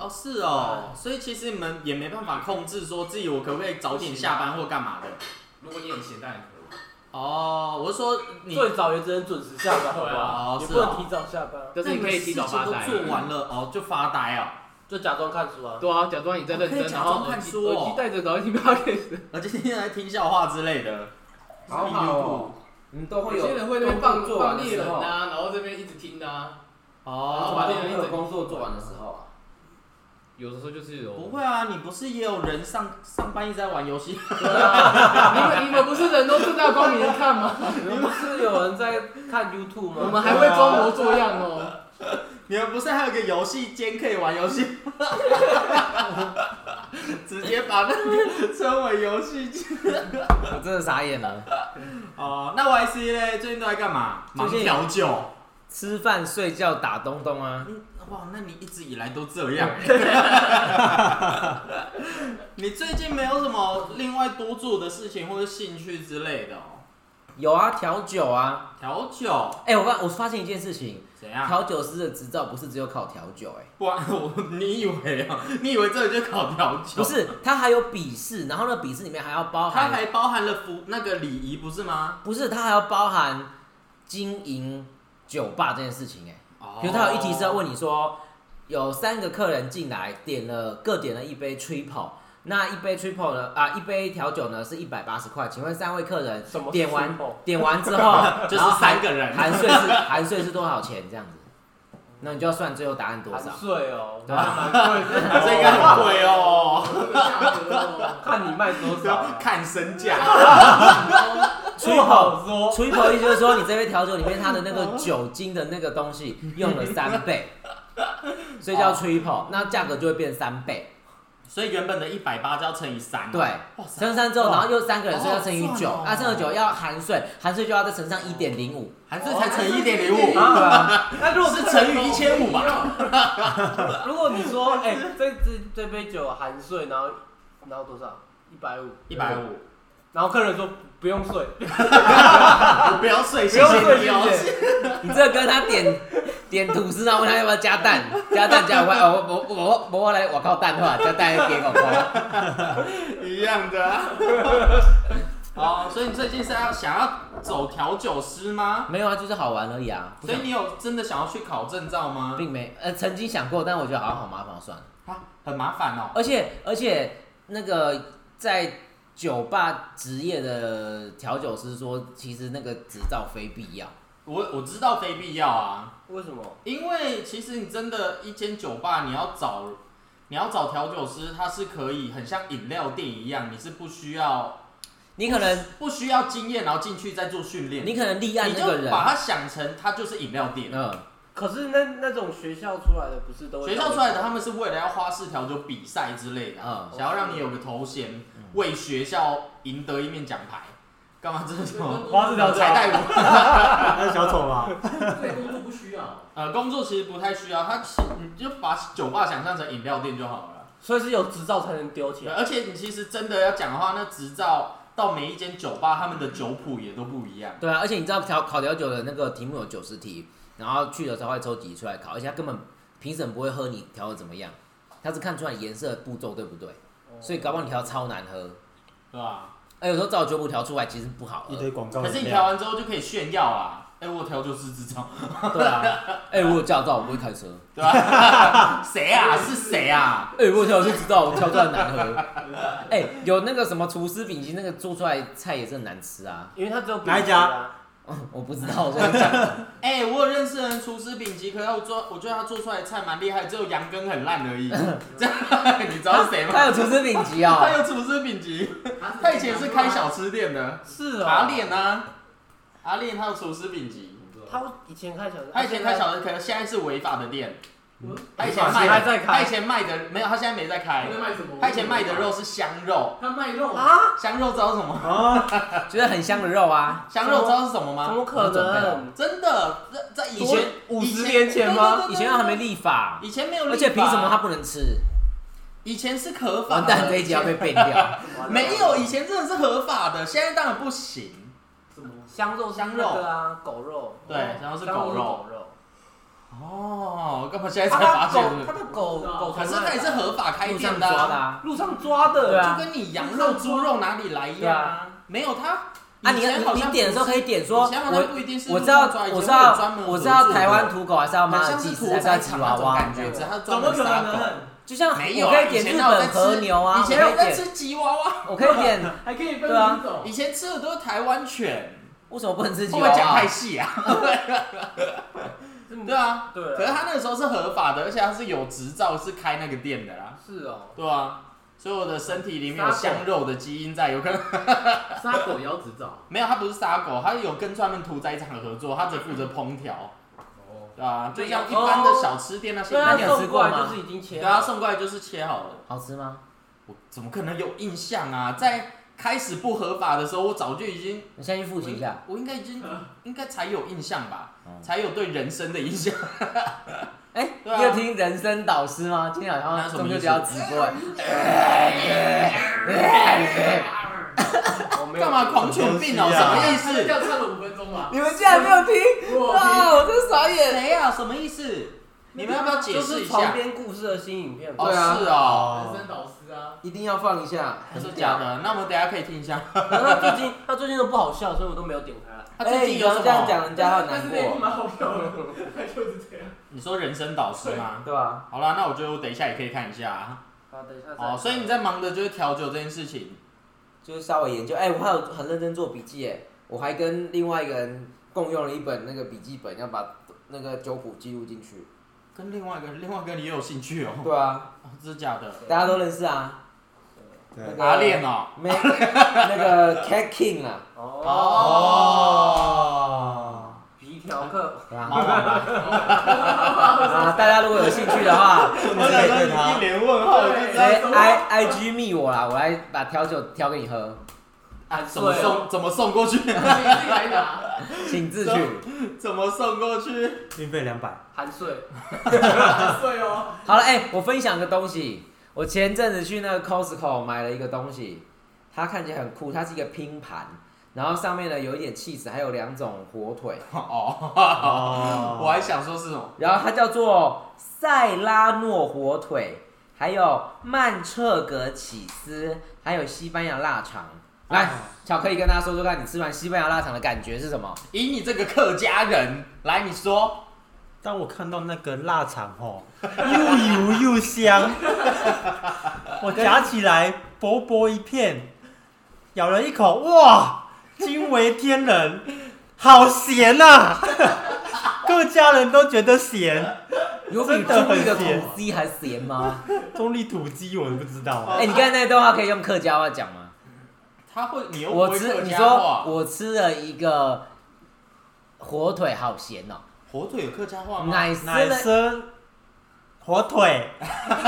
Speaker 4: 哦是哦，所以其实你们也没办法控制说自己我可不可以早点下班或干嘛的。
Speaker 6: 如果你很闲，当然可以。
Speaker 4: 哦，我是说你
Speaker 7: 最早也只能准时下班，好不
Speaker 4: 哦
Speaker 7: 好？也
Speaker 4: 是
Speaker 7: 不能
Speaker 4: 哦
Speaker 7: 提早下班啊，
Speaker 5: 就是你可以提早发呆
Speaker 4: 那你们事情都做完了哦，就发呆哦。
Speaker 7: 就假装看书啊。
Speaker 5: 对啊，假装你在认
Speaker 4: 可
Speaker 5: 真，
Speaker 4: 以
Speaker 5: 然
Speaker 4: 假
Speaker 5: 后
Speaker 4: 装
Speaker 5: 耳
Speaker 4: 看
Speaker 5: 机
Speaker 4: 书哦
Speaker 5: 耳机戴着，然后听 podcast。
Speaker 4: 而且天天来听笑话之类的，
Speaker 6: 好好哦
Speaker 1: 你们都会
Speaker 5: 有
Speaker 1: 有
Speaker 5: 些人会那边放
Speaker 1: 工作
Speaker 5: 放
Speaker 1: 完的
Speaker 5: 猎
Speaker 1: 时
Speaker 5: 人
Speaker 1: 候，
Speaker 5: 啊，然后这边一直听啊。然后
Speaker 4: 哦，
Speaker 5: 把
Speaker 1: 都
Speaker 5: 猎人
Speaker 1: 没
Speaker 5: 一
Speaker 1: 有
Speaker 5: 整
Speaker 1: 工作做完的时候啊。
Speaker 5: 有的时候就是有。
Speaker 4: 不会啊，你不是也有人上上班一直在玩游戏？
Speaker 5: 你们你们不是人都正大光明的看吗？
Speaker 7: 你们不是有人在看 YouTube 吗？
Speaker 5: 我们还会装模作样哦。
Speaker 4: 你们不是还有个游戏间可以玩游戏？ [laughs] 直接把那个称为游戏间。
Speaker 1: [laughs] 我真的傻眼了，
Speaker 4: 哦，那 Y C 嘞，最近都在干嘛？
Speaker 1: 最
Speaker 4: 忙
Speaker 1: 近
Speaker 4: 调酒。
Speaker 1: 吃饭、睡觉、打东东啊。
Speaker 4: 嗯，哇，那你一直以来都这样。
Speaker 1: [laughs]
Speaker 4: 你最近没有什么另外多做的事情或者兴趣之类的哦？
Speaker 1: 有啊，调酒啊。
Speaker 4: 调酒
Speaker 1: 哎、我刚我发现一件事情，
Speaker 4: 怎样？
Speaker 1: 调酒师的执照不是只有考调酒、哎，
Speaker 4: 不然我你以为啊？ [laughs] 你以为这个就考调酒？
Speaker 1: 不，是，它还有笔试，然后那笔试里面还要包
Speaker 4: 它
Speaker 1: 含，
Speaker 4: 还包含了服那个礼仪，不是吗？
Speaker 1: 不是，它还要包含经营酒吧这件事情、哎。
Speaker 4: 哦，
Speaker 1: 比如他有一题是要问你说，有三个客人进来，点了各点了一杯 triple，那一杯 triple 呢啊一杯调酒呢是一百八十块，请问三位客人
Speaker 7: 什么是
Speaker 1: 点完
Speaker 7: triple？
Speaker 1: 点完之后
Speaker 4: [laughs] 就
Speaker 1: 然后
Speaker 4: 是
Speaker 1: 含
Speaker 4: 三个
Speaker 1: [laughs]
Speaker 4: 人，
Speaker 1: 含税是含税是多少钱这样子？那你就要算最后答案多少
Speaker 7: 含。税哦，
Speaker 1: 对吧？
Speaker 4: 这应该很贵 [laughs] 哦，
Speaker 7: 看你卖多少啊。
Speaker 4: 看身价。
Speaker 1: 吹口说，吹口意思就是说，你这杯调酒里面它的那个酒精的那个东
Speaker 4: [laughs]
Speaker 1: 西用了三倍，所以叫吹口，那价格就会变三倍。
Speaker 4: [laughs] 所以原本的一百八就要乘以三，
Speaker 1: 对，乘三之后，然后又三个人，所以要乘以
Speaker 4: 好
Speaker 1: 九，
Speaker 4: 赚哦
Speaker 1: 啊，乘以九要含税，含税就要再乘上一点零五，
Speaker 4: 含税才乘一点零五，
Speaker 7: 那如果
Speaker 4: 是乘以一千五吧？
Speaker 7: 如果你说，哎，这这这杯酒含税，然后然后多少？一百五。
Speaker 4: 一百。五，
Speaker 7: 然后客人说不用税，
Speaker 4: 我啊不要睡，谢谢你哦。
Speaker 7: 谢谢
Speaker 1: 你这跟他点点吐司，然后问他要不要加
Speaker 4: [laughs]
Speaker 1: 蛋，加蛋加五块，哦，我我我我我来我靠蛋的话，加蛋给我块。
Speaker 4: 一样的、啊。 [laughs] 哦，所以你最近是要想要走调酒师吗？
Speaker 1: 没有啊，就是好玩而已啊，不
Speaker 4: 所以
Speaker 1: 想
Speaker 4: 你有真的想要去考证照吗？
Speaker 1: 并没呃曾经想过，但我觉得好像好麻烦，算了。
Speaker 4: 啊，很麻烦哦。
Speaker 1: 而且而且那个在酒吧职业的调酒师说，其实那个执照非必要。
Speaker 4: 我我知道非必要啊，
Speaker 7: 为什么？
Speaker 4: 因为其实你真的，一间酒吧你要找你要找调酒师，他是可以很像饮料店一样，你是不需要
Speaker 1: 你可能
Speaker 4: 不需要经验，然后进去再做训练。
Speaker 1: 你可能立案
Speaker 4: 你
Speaker 1: 那个
Speaker 4: 就
Speaker 1: 人，
Speaker 4: 把它想成它就是饮料店，
Speaker 1: 嗯。
Speaker 7: 可是那那种学校出来的不是都会
Speaker 4: 学校出来的，他们是为了要花式调酒比赛之类的，
Speaker 1: 嗯
Speaker 4: 想要让你有个头衔，为学校赢得一面奖牌。干嘛
Speaker 1: [laughs]
Speaker 4: 这是什
Speaker 5: 哦
Speaker 4: 么？
Speaker 2: 花式调酒
Speaker 4: 彩带舞。
Speaker 2: 那是小丑吧？
Speaker 6: 对工作不需要。
Speaker 4: 呃，工作其实不太需要，它其你就把酒吧想象成饮料店就好了。
Speaker 7: 所以是有执照才能丢
Speaker 4: 对
Speaker 7: 钱。
Speaker 4: 而且你其实真的要讲的话，那执照到每一间酒吧，他们的酒谱也都不一样。
Speaker 1: 对啊，而且你知道调考调酒的那个题目有九十题，然后去的时候会抽几题出来考，而且他根本评审不会喝你调的怎么样，他是看出来颜色步骤对不对，
Speaker 4: 哦
Speaker 1: 所以搞不好你调超难喝。
Speaker 4: 对吧？
Speaker 1: 哎，有时候照酒谱调出来其实不好
Speaker 2: 一
Speaker 1: 喝，
Speaker 2: 堆广告
Speaker 4: 可是
Speaker 2: 饮
Speaker 4: 你
Speaker 2: 料
Speaker 4: 调。完之后就可以炫耀啊！哎、我有调酒师执照， [laughs]
Speaker 1: 对啊。哎，我有驾照，我不会开车。
Speaker 4: 对吧？谁啊？是谁啊？
Speaker 1: 哎，我有调酒师知道我调出来难喝。哎，有那个什么厨师饼级，那个做出来菜也是很难吃啊。
Speaker 7: 因为他只有
Speaker 2: 哪一家
Speaker 7: 比赛啊？
Speaker 1: 我不知道，我跟你讲，
Speaker 4: 哎、我有认识人厨师丙级，可是我做，我觉得他做出来的菜蛮厉害，只有羊羹很烂
Speaker 7: [laughs]
Speaker 4: 而已。这样 [laughs] 你知道是谁吗？
Speaker 1: 他有厨师饼级
Speaker 4: 他
Speaker 1: 啊。
Speaker 4: 有厨师丙级，他以前是开小吃店的。
Speaker 7: 是
Speaker 4: 阿
Speaker 7: 哦，
Speaker 4: 练啊，阿练他有厨师丙级，
Speaker 7: 他以前开小，
Speaker 4: 他以前开，小吃，可能现在是违法的店。
Speaker 7: 我
Speaker 4: 他以前卖
Speaker 7: 还
Speaker 4: 的
Speaker 7: 还在
Speaker 4: 他
Speaker 7: 开，
Speaker 4: 以前卖的没有，他现在没在开
Speaker 6: 他。在卖什么？
Speaker 4: 他以前卖的，肉是香肉，
Speaker 6: 他卖肉
Speaker 7: 啊，
Speaker 4: 香肉知道是什么吗？
Speaker 2: 啊，
Speaker 1: 就是很香的肉啊，
Speaker 4: 香肉知道是什么吗？
Speaker 7: 怎么可能？
Speaker 4: 真的，在在以
Speaker 7: 多
Speaker 4: 前
Speaker 7: 五
Speaker 4: 以
Speaker 7: 十
Speaker 4: 前
Speaker 7: 年前吗？
Speaker 1: 以前都还没立法，
Speaker 4: 以前没有立法，
Speaker 1: 而且凭什么他不能吃？
Speaker 4: 以前是合法的？
Speaker 1: 完蛋，这一集要被背掉。
Speaker 7: 完了
Speaker 4: 没有，以前真的是合法的，现在当然不行。
Speaker 6: 什么？
Speaker 7: 香肉
Speaker 4: 香肉
Speaker 7: 对啊，狗肉
Speaker 4: 对然后是
Speaker 7: 香
Speaker 4: 狗
Speaker 7: 是
Speaker 4: 肉
Speaker 7: 狗肉，
Speaker 4: 哦，干嘛现在
Speaker 7: 啊
Speaker 4: 才发
Speaker 7: 他
Speaker 4: 现
Speaker 7: 狗
Speaker 4: 是不
Speaker 7: 他
Speaker 4: 是？
Speaker 7: 的狗
Speaker 6: 不知道
Speaker 7: 狗
Speaker 4: 可
Speaker 7: 从
Speaker 4: 是
Speaker 7: 哪里
Speaker 4: 他也是合法开
Speaker 1: 路
Speaker 4: 店
Speaker 1: 上
Speaker 4: 的
Speaker 1: 抓的
Speaker 4: 啊，
Speaker 1: 啊，
Speaker 7: 路上抓
Speaker 1: 对
Speaker 7: 的，
Speaker 1: 啊
Speaker 4: 就跟你羊肉、猪肉哪里来
Speaker 7: 啊
Speaker 1: 对
Speaker 4: 呀？没有他
Speaker 1: 啊你
Speaker 4: 以前好
Speaker 1: 你
Speaker 4: 像
Speaker 1: 你点的时候可以点说，
Speaker 4: 以前好像
Speaker 1: 我
Speaker 4: 不一定是
Speaker 1: 我
Speaker 4: 路
Speaker 1: 知道
Speaker 4: 上抓以前
Speaker 1: 我知
Speaker 4: 会有
Speaker 1: 道
Speaker 4: 专门
Speaker 1: 我知
Speaker 4: 合
Speaker 1: 道
Speaker 4: 作
Speaker 1: 台湾
Speaker 4: 的
Speaker 1: 土狗还是要马
Speaker 4: 很
Speaker 1: 尔
Speaker 4: 像
Speaker 1: 济
Speaker 4: 是
Speaker 1: 斯
Speaker 4: 屠
Speaker 1: 还是要
Speaker 4: 宰
Speaker 1: 吉
Speaker 4: 场
Speaker 1: 娃
Speaker 4: 那种
Speaker 1: 娃
Speaker 4: 感觉，只是它
Speaker 2: 怎
Speaker 4: 专
Speaker 2: 么
Speaker 4: 门
Speaker 2: 可
Speaker 4: 杀狗。
Speaker 2: 能？
Speaker 1: 就像
Speaker 4: 没有
Speaker 1: 我
Speaker 4: 啊
Speaker 1: 可以点
Speaker 4: 以前
Speaker 1: 日
Speaker 4: 哪有在
Speaker 1: 本
Speaker 4: 吃
Speaker 1: 和牛啊，
Speaker 4: 以
Speaker 1: 我可
Speaker 4: 前还
Speaker 1: 以
Speaker 4: 在
Speaker 1: 点，
Speaker 4: 吃吉娃娃，
Speaker 1: 我可以点，
Speaker 6: 还可以分
Speaker 1: 对啊
Speaker 6: 品种
Speaker 4: 以。前吃的都是台湾犬，
Speaker 1: 为什么不能哦吃
Speaker 4: 会
Speaker 1: 吉
Speaker 4: 不
Speaker 1: 娃
Speaker 4: 会讲
Speaker 1: 娃
Speaker 4: 太？细啊？ [laughs]
Speaker 7: 对
Speaker 4: 对啊，
Speaker 2: [laughs]
Speaker 7: 对啊
Speaker 4: 可是他那个时候是合法的，而且他是有执照，是开那个店的啦。
Speaker 7: 是哦，
Speaker 4: 对啊，所以我的身体里面有香肉的基因在，有跟
Speaker 5: 啊
Speaker 6: 杀狗也要执照。
Speaker 4: 没有？他不是杀狗，他有跟专门屠宰场合作，他只负责烹调，
Speaker 6: 哦，
Speaker 4: 对啊，就像一般的小吃店那些，
Speaker 7: 对啊，
Speaker 1: 你有
Speaker 7: 送
Speaker 1: 吃
Speaker 7: 过
Speaker 1: 过吗
Speaker 7: 来就是已经切
Speaker 4: 对
Speaker 7: 好
Speaker 4: 啊，送过来就是切好了。
Speaker 1: 好吃吗？
Speaker 4: 我怎么可能有印象啊？在开始不合法的时候，我早就已经，
Speaker 1: 你先去复习一下。
Speaker 4: 我应该已经
Speaker 7: 嗯
Speaker 4: 应该才有印象吧，
Speaker 1: 嗯
Speaker 4: 才有对人生的印象。
Speaker 1: 哎，你
Speaker 4: 对啊
Speaker 1: 有听人生导师吗？今天好
Speaker 4: 那
Speaker 1: 像
Speaker 4: 什么
Speaker 1: 中
Speaker 4: 意思
Speaker 1: 秋节要直播，哎
Speaker 7: 我没有
Speaker 4: 干嘛狂犬病哦？
Speaker 2: 什么东西
Speaker 4: 什
Speaker 2: 啊
Speaker 4: 么
Speaker 6: 他们这
Speaker 4: 意思？
Speaker 6: 样唱了五分钟吧？
Speaker 1: 你们竟然没有听
Speaker 6: 哇，
Speaker 1: 啊！我真傻眼。
Speaker 4: 谁呀？什么意思？你们要不要解
Speaker 7: 就
Speaker 4: 释
Speaker 7: 是
Speaker 4: 一
Speaker 7: 床
Speaker 4: 下？
Speaker 7: 边故事的新影片嘛
Speaker 4: 哦，
Speaker 6: 对啊
Speaker 4: 是哦。
Speaker 6: 人
Speaker 2: 哦
Speaker 6: 生，导师啊，
Speaker 1: 一定要放一下。
Speaker 4: 还是假的？那我们等一下可以听一下。
Speaker 7: 然后他最近他最近都不好笑，所以我都没有点开。 [laughs]
Speaker 4: 他
Speaker 1: 哎，
Speaker 4: 最
Speaker 1: 你
Speaker 4: 近
Speaker 1: 不
Speaker 4: 有
Speaker 1: 要
Speaker 4: 什
Speaker 1: 这样
Speaker 4: 么？
Speaker 1: 讲人家他很
Speaker 6: 但是
Speaker 1: 难
Speaker 6: 那一部
Speaker 1: 过，
Speaker 6: 蛮好笑的，他就是这样。
Speaker 4: 你说人生导师吗？
Speaker 1: 对吧？
Speaker 4: 好啦，那我觉得我等一下也可以看一下啊。
Speaker 7: 啊，等一下再。
Speaker 4: 哦，所以你在忙着就是调酒这件事情。
Speaker 1: 就是稍微研究。哎，我还有很认真做笔记，哎，我还跟另外一个人共用了一本那个笔记本，要把那个酒谱记录进去。
Speaker 4: 跟另外一个，另外一个你也有兴趣哦？ [laughs]
Speaker 1: 对啊，
Speaker 4: 哦这是假的？
Speaker 1: 大家都认识啊。
Speaker 2: 对，
Speaker 4: 阿恋哦。
Speaker 1: 没
Speaker 4: [laughs]
Speaker 1: 那个 Cat King 啊，
Speaker 7: 哦，
Speaker 4: 哦。
Speaker 7: 皮条客，
Speaker 1: 对吧
Speaker 4: 毛毛吧
Speaker 1: 啊，大家如果有兴趣的 [laughs] 话，
Speaker 2: 我
Speaker 4: 我想说你一
Speaker 2: 脸
Speaker 6: 然
Speaker 2: 问
Speaker 6: 后我就
Speaker 1: 直
Speaker 6: 知
Speaker 1: 接
Speaker 6: 道
Speaker 1: I I G 密我啦，我来把调酒调给你喝，
Speaker 4: 啊，怎么送？怎么送过去？ [laughs]
Speaker 6: 你自己来拿。
Speaker 1: 请自取。
Speaker 4: 怎么送过去？
Speaker 2: 运费两百，
Speaker 7: 含税，
Speaker 5: 啊
Speaker 6: 对哦，
Speaker 1: 好了，哎、我分享个东西。我前阵子去那个 Costco 买了一个东西，它看起来很酷，它是一个拼盘，然后上面呢有一点 cheese，还有两种火腿，
Speaker 4: 哦，我
Speaker 2: 哦，
Speaker 4: 还想说是什么？
Speaker 1: 然后它叫做塞拉诺火腿，还有曼彻格起司，还有西班牙腊肠。
Speaker 2: 啊
Speaker 1: 来，巧克力跟大家说说看，你吃完西班牙腊肠的感觉是什么？
Speaker 4: 以你这个客家人来，你说
Speaker 2: 当我看到那个腊肠吼，又油又香，我夹起来薄薄一片，咬了一口，哇，惊为天人，好咸呐、啊！ [laughs] 各家人都觉得咸，
Speaker 1: 有比
Speaker 2: 真的
Speaker 1: 中
Speaker 2: 很
Speaker 1: 立的土
Speaker 2: 咸
Speaker 1: 鸡还咸吗？
Speaker 2: 中立土鸡我都不知
Speaker 1: 哎、
Speaker 2: 道。啊
Speaker 1: 你刚才那段话可以用客家话讲吗？
Speaker 4: 他会，你又不
Speaker 1: 我
Speaker 4: 会
Speaker 1: 吃，
Speaker 4: 客
Speaker 1: 你
Speaker 4: 家
Speaker 1: 说
Speaker 4: 话。
Speaker 1: 我吃了一个火腿，好咸哦、
Speaker 4: 火腿有客家话吗？
Speaker 1: 奶丝
Speaker 2: 奶
Speaker 1: 的
Speaker 2: 生火腿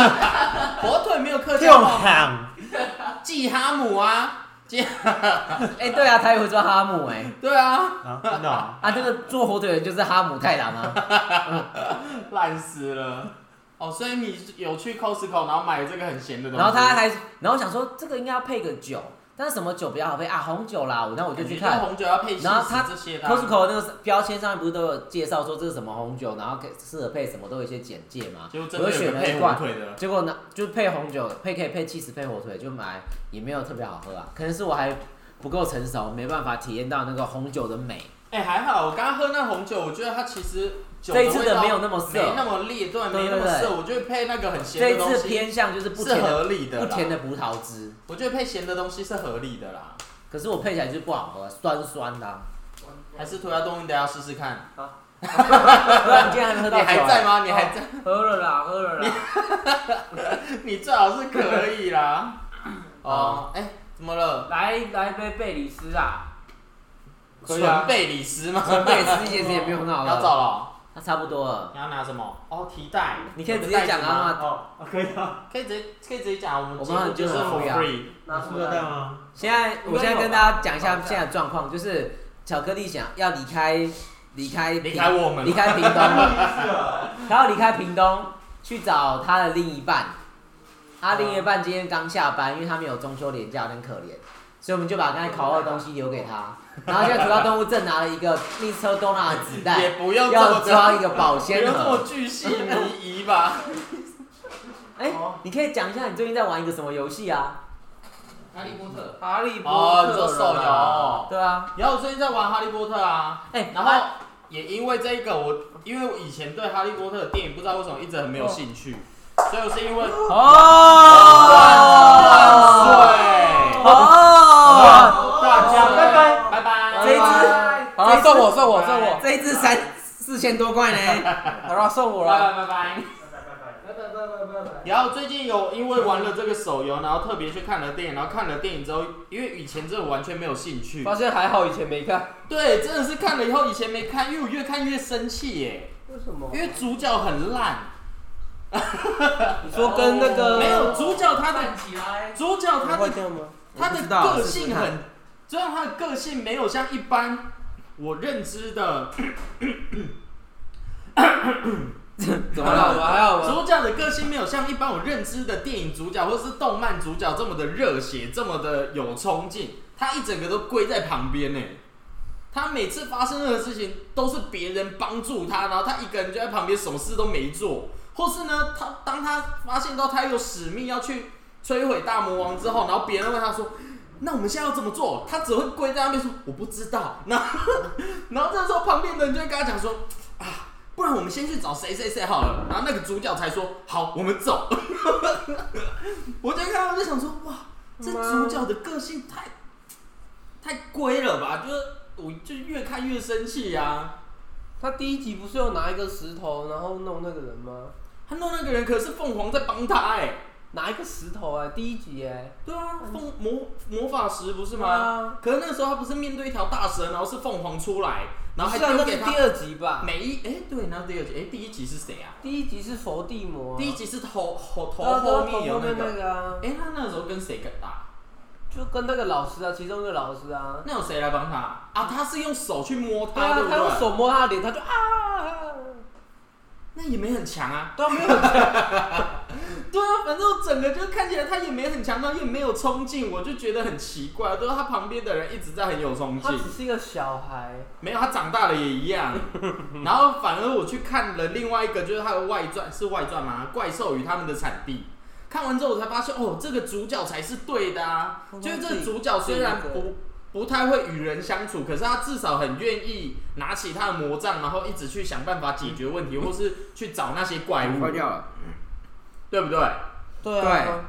Speaker 4: 火腿没有客家
Speaker 2: 跳
Speaker 4: 话吗，
Speaker 2: 行，
Speaker 4: [laughs] 季哈姆啊，
Speaker 1: 哎、对啊，台语会说哈姆哎、
Speaker 4: [laughs] 对啊，
Speaker 2: 啊，真的哦、
Speaker 1: 啊，这个做火腿的就是哈姆太郎
Speaker 4: [laughs]
Speaker 1: 啊，
Speaker 4: 烂死了。哦，所以你有去 Costco，然后买这个很咸的东西，
Speaker 1: 然后他还，然后我想说这个应该要配个酒，但是什么酒比较好配啊？红酒啦，我那我就去看。
Speaker 4: 红酒哎要配西
Speaker 1: 然后他
Speaker 4: 施这些的啊、
Speaker 1: Costco 那个标签上面不是都有介绍说这是什么红酒，然后可以适合配什么，都有一些简介嘛。
Speaker 4: 结果真
Speaker 1: 我
Speaker 4: 的
Speaker 1: 就
Speaker 4: 有
Speaker 1: 选
Speaker 4: 个
Speaker 1: 了一
Speaker 4: 配火
Speaker 1: 罐，
Speaker 4: 腿的，
Speaker 1: 结果呢就配红酒，配可以配 cheese 配火腿，就买也没有特别好喝啊，可能是我还不够成熟，没办法体验到那个红酒的美。
Speaker 4: 哎、还好，我刚刚喝那红酒，我觉得它其实酒
Speaker 1: 这一次
Speaker 4: 味
Speaker 1: 的
Speaker 4: 道
Speaker 1: 没有那么涩
Speaker 4: 没，那么烈，对，没那么
Speaker 1: 对对
Speaker 4: 涩。
Speaker 1: 对
Speaker 4: 我觉得配那个很
Speaker 1: 这
Speaker 4: 咸
Speaker 1: 一
Speaker 4: 的东
Speaker 1: 次
Speaker 4: 西
Speaker 1: 偏向就是不
Speaker 4: 是
Speaker 1: 甜的
Speaker 4: 合理的
Speaker 1: 不
Speaker 4: 啦，
Speaker 1: 甜的葡萄汁，
Speaker 4: 我觉得配咸的东西是合理的啦。
Speaker 1: 可是我配起来就是不好喝，酸酸
Speaker 4: [laughs]
Speaker 1: 的啊、
Speaker 4: 还是涂鸦动物，你等一下试试看。
Speaker 1: 不然你今天还没喝
Speaker 4: 你
Speaker 1: 到酒、啊？
Speaker 4: 还在吗？你还在？ [laughs]
Speaker 7: 喝了啦，喝了啦，
Speaker 4: 你最好是可以啦。哦，哎、怎么了？
Speaker 7: 来来杯贝里斯啊，
Speaker 1: 可以啊啊
Speaker 4: 纯贝里斯吗？
Speaker 1: 准备吃，其实也没有很好
Speaker 4: 要走
Speaker 1: 喝。
Speaker 4: 了哦、
Speaker 1: 那差不多了。
Speaker 4: 你要拿什么？哦，提袋。
Speaker 1: 你可以直接讲
Speaker 4: 啊，
Speaker 1: 啊，
Speaker 2: 哦，啊可以啊，
Speaker 4: 可以直接可以直接讲，我们
Speaker 1: 我
Speaker 4: 节
Speaker 1: 帮
Speaker 4: 目
Speaker 1: 你
Speaker 4: 就是
Speaker 1: 就很
Speaker 4: for
Speaker 1: free 啊
Speaker 4: free。
Speaker 7: 拿
Speaker 2: 塑
Speaker 7: 出
Speaker 2: 料
Speaker 7: 来
Speaker 2: 袋吗？
Speaker 1: 现在
Speaker 7: 应该有吧
Speaker 1: 我现在跟大家讲一下现在的状况，就是巧克力想要离开离开
Speaker 4: 离
Speaker 1: 屏
Speaker 4: 开我们
Speaker 1: 离开屏东，他要离开屏东去找他的另一半。他另一半今天刚下班，因为他们有中秋连假，很可怜，所以我们就把刚才烤肉的东西留给他。然后现在主要动物正拿了一个密车多纳的子弹，
Speaker 4: [laughs] 也不用这
Speaker 1: 要
Speaker 4: 么
Speaker 1: 抓一个保
Speaker 4: 不
Speaker 1: 鲜
Speaker 4: 用这么
Speaker 1: 盒。
Speaker 4: 巨细靡遗吧？
Speaker 1: [laughs] 哎、你可以讲一下你最近在玩一个什么游戏啊？
Speaker 4: 哈利波特。
Speaker 7: 哈利
Speaker 4: 哦
Speaker 7: 波，特
Speaker 4: 你说哦手
Speaker 7: 啦
Speaker 4: 游。
Speaker 1: 对啊，
Speaker 4: 然后我最近在玩哈利波特啊，
Speaker 1: 哎、
Speaker 4: 然后也因为这个，我因为我以前对哈利波特的电影不知道为什么一直很没有兴趣，所以我是因为
Speaker 1: 哦，
Speaker 4: 万岁，
Speaker 1: 哦，
Speaker 2: 大家拜拜。
Speaker 4: 拜拜，
Speaker 1: 这一只
Speaker 5: 好，送我，送我，送我，
Speaker 1: 这一只三四千多块呢，
Speaker 5: 好了，送我
Speaker 4: 拜
Speaker 5: 了。
Speaker 4: 拜拜拜。
Speaker 7: 拜拜拜拜拜拜。
Speaker 4: 然后最近有因为玩了这个手游，然后特别去看了电影，然后看了电影之后，因为以前真的完全没有兴趣
Speaker 5: 发，现还好，以前没看。
Speaker 4: 对，真的是看了以后以前没看，因为我越看越生气耶，
Speaker 7: 为什么
Speaker 4: 因？为主角很烂，
Speaker 5: 你说跟那个
Speaker 4: 没有主角他的
Speaker 3: 起来。
Speaker 4: 主角他的
Speaker 5: 掉吗？
Speaker 4: 他
Speaker 1: 我不
Speaker 4: 的
Speaker 1: 知道
Speaker 4: 个性很，虽然他的个性没有像一般我认知的
Speaker 1: 怎么
Speaker 5: 还好
Speaker 1: 了？
Speaker 5: 吧，还好吧。
Speaker 4: 主角的个性没有像一般我认知的电影主角或是动漫主角这么的热血，这么的有冲劲。他一整个都归在旁边呢。他每次发生任何事情都是别人帮助他，然后他一个人就在旁边，什么事都没做。或是呢，他当他发现到他有使命要去摧毁大魔王之后，然后别人问他说：“那我们现在要怎么做？”他只会跪在那边说：“我不知道。”然后， [laughs] 然后这时候旁边的人就会跟他讲说：“啊，不然我们先去找谁谁谁好了。”然后那个主角才说：“好，我们走。” [laughs] 我就看我就想说：“哇，这主角的个性太太龟了吧？”就是我就越看越生气呀、啊。
Speaker 7: 他第一集不是有拿一个石头，然后弄那个人吗？
Speaker 4: 他弄那个人可是凤凰在帮他哎、
Speaker 7: 拿一个石头哎、第一集哎、
Speaker 4: 对啊，凤魔魔法石不是吗？
Speaker 7: 啊
Speaker 4: 可是那时候他不是面对一条大蛇，然后是凤凰出来，然后还
Speaker 7: 不是啊
Speaker 4: 丢
Speaker 7: 那
Speaker 4: 给
Speaker 7: 是
Speaker 4: 他
Speaker 7: 第二集吧？
Speaker 4: 每一哎、对，然后第二集哎、第一集是谁啊？
Speaker 7: 第一集是伏地魔啊、
Speaker 4: 第一集是头头头
Speaker 7: 对啊对啊
Speaker 4: 后面有
Speaker 7: 头
Speaker 4: 那
Speaker 7: 那
Speaker 4: 个，
Speaker 7: 个啊，
Speaker 4: 哎、他那时候跟谁打？
Speaker 7: 就跟那个老师啊，其中一个老师啊，
Speaker 4: 那有谁来帮他啊？他是用手去摸
Speaker 7: 对
Speaker 4: 他，
Speaker 7: 啊
Speaker 4: 对，不
Speaker 7: 他用
Speaker 4: 对？
Speaker 7: 手摸他的脸，他就啊，
Speaker 4: 那也没很强啊。
Speaker 7: 对啊，没有这样
Speaker 4: 对啊，反正我整个就看起来他也没很强，然后也没有冲劲，我就觉得很奇怪。就是他旁边的人一直在很有冲
Speaker 7: 他
Speaker 4: 劲，
Speaker 7: 只是一个小孩，
Speaker 4: 没有，他长大了也一
Speaker 7: [laughs]
Speaker 4: 样。然后反而我去看了另外一个，就是他的外传，是外传吗？怪兽与他们的产地。看完之后我才发现，哦，这个主角才是对的啊！
Speaker 7: 我忘
Speaker 4: 就
Speaker 7: 记
Speaker 4: 是这个主角虽然不不太会与人相处，可是他至少很愿意拿起他的魔杖，然后一直去想办法解决
Speaker 7: 嗯
Speaker 4: 问题，或是去找那些怪
Speaker 7: [laughs]
Speaker 4: 物，
Speaker 1: 了。
Speaker 4: 对不对？
Speaker 7: 对
Speaker 1: 对
Speaker 7: 啊，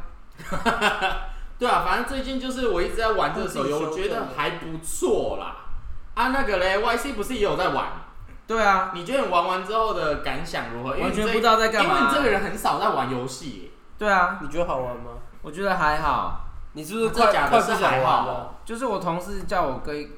Speaker 4: 对啊，反正最近就是我一直在玩这个手游，
Speaker 7: 自己
Speaker 4: 我
Speaker 7: 修
Speaker 4: 觉
Speaker 7: 正
Speaker 4: 得
Speaker 7: 的
Speaker 4: 还不错啦。啊，那个嘞，YC 不是也有在玩？
Speaker 1: 对啊，
Speaker 4: 你觉得你玩完之后的感想如何？因为
Speaker 1: 完
Speaker 4: 你
Speaker 1: 全
Speaker 4: 这
Speaker 1: 不知道在干嘛
Speaker 4: 因为你这个人很少在玩游戏
Speaker 1: 对啊，
Speaker 7: 你觉得好玩吗？
Speaker 1: 我觉得还好。
Speaker 5: 你是不
Speaker 4: 耶，
Speaker 5: 是
Speaker 4: 这
Speaker 5: 快
Speaker 4: 假
Speaker 5: 快
Speaker 4: 的
Speaker 5: 不
Speaker 4: 是
Speaker 5: 想玩
Speaker 4: 还
Speaker 5: 了？
Speaker 4: 好，
Speaker 1: 就是我同事叫我跟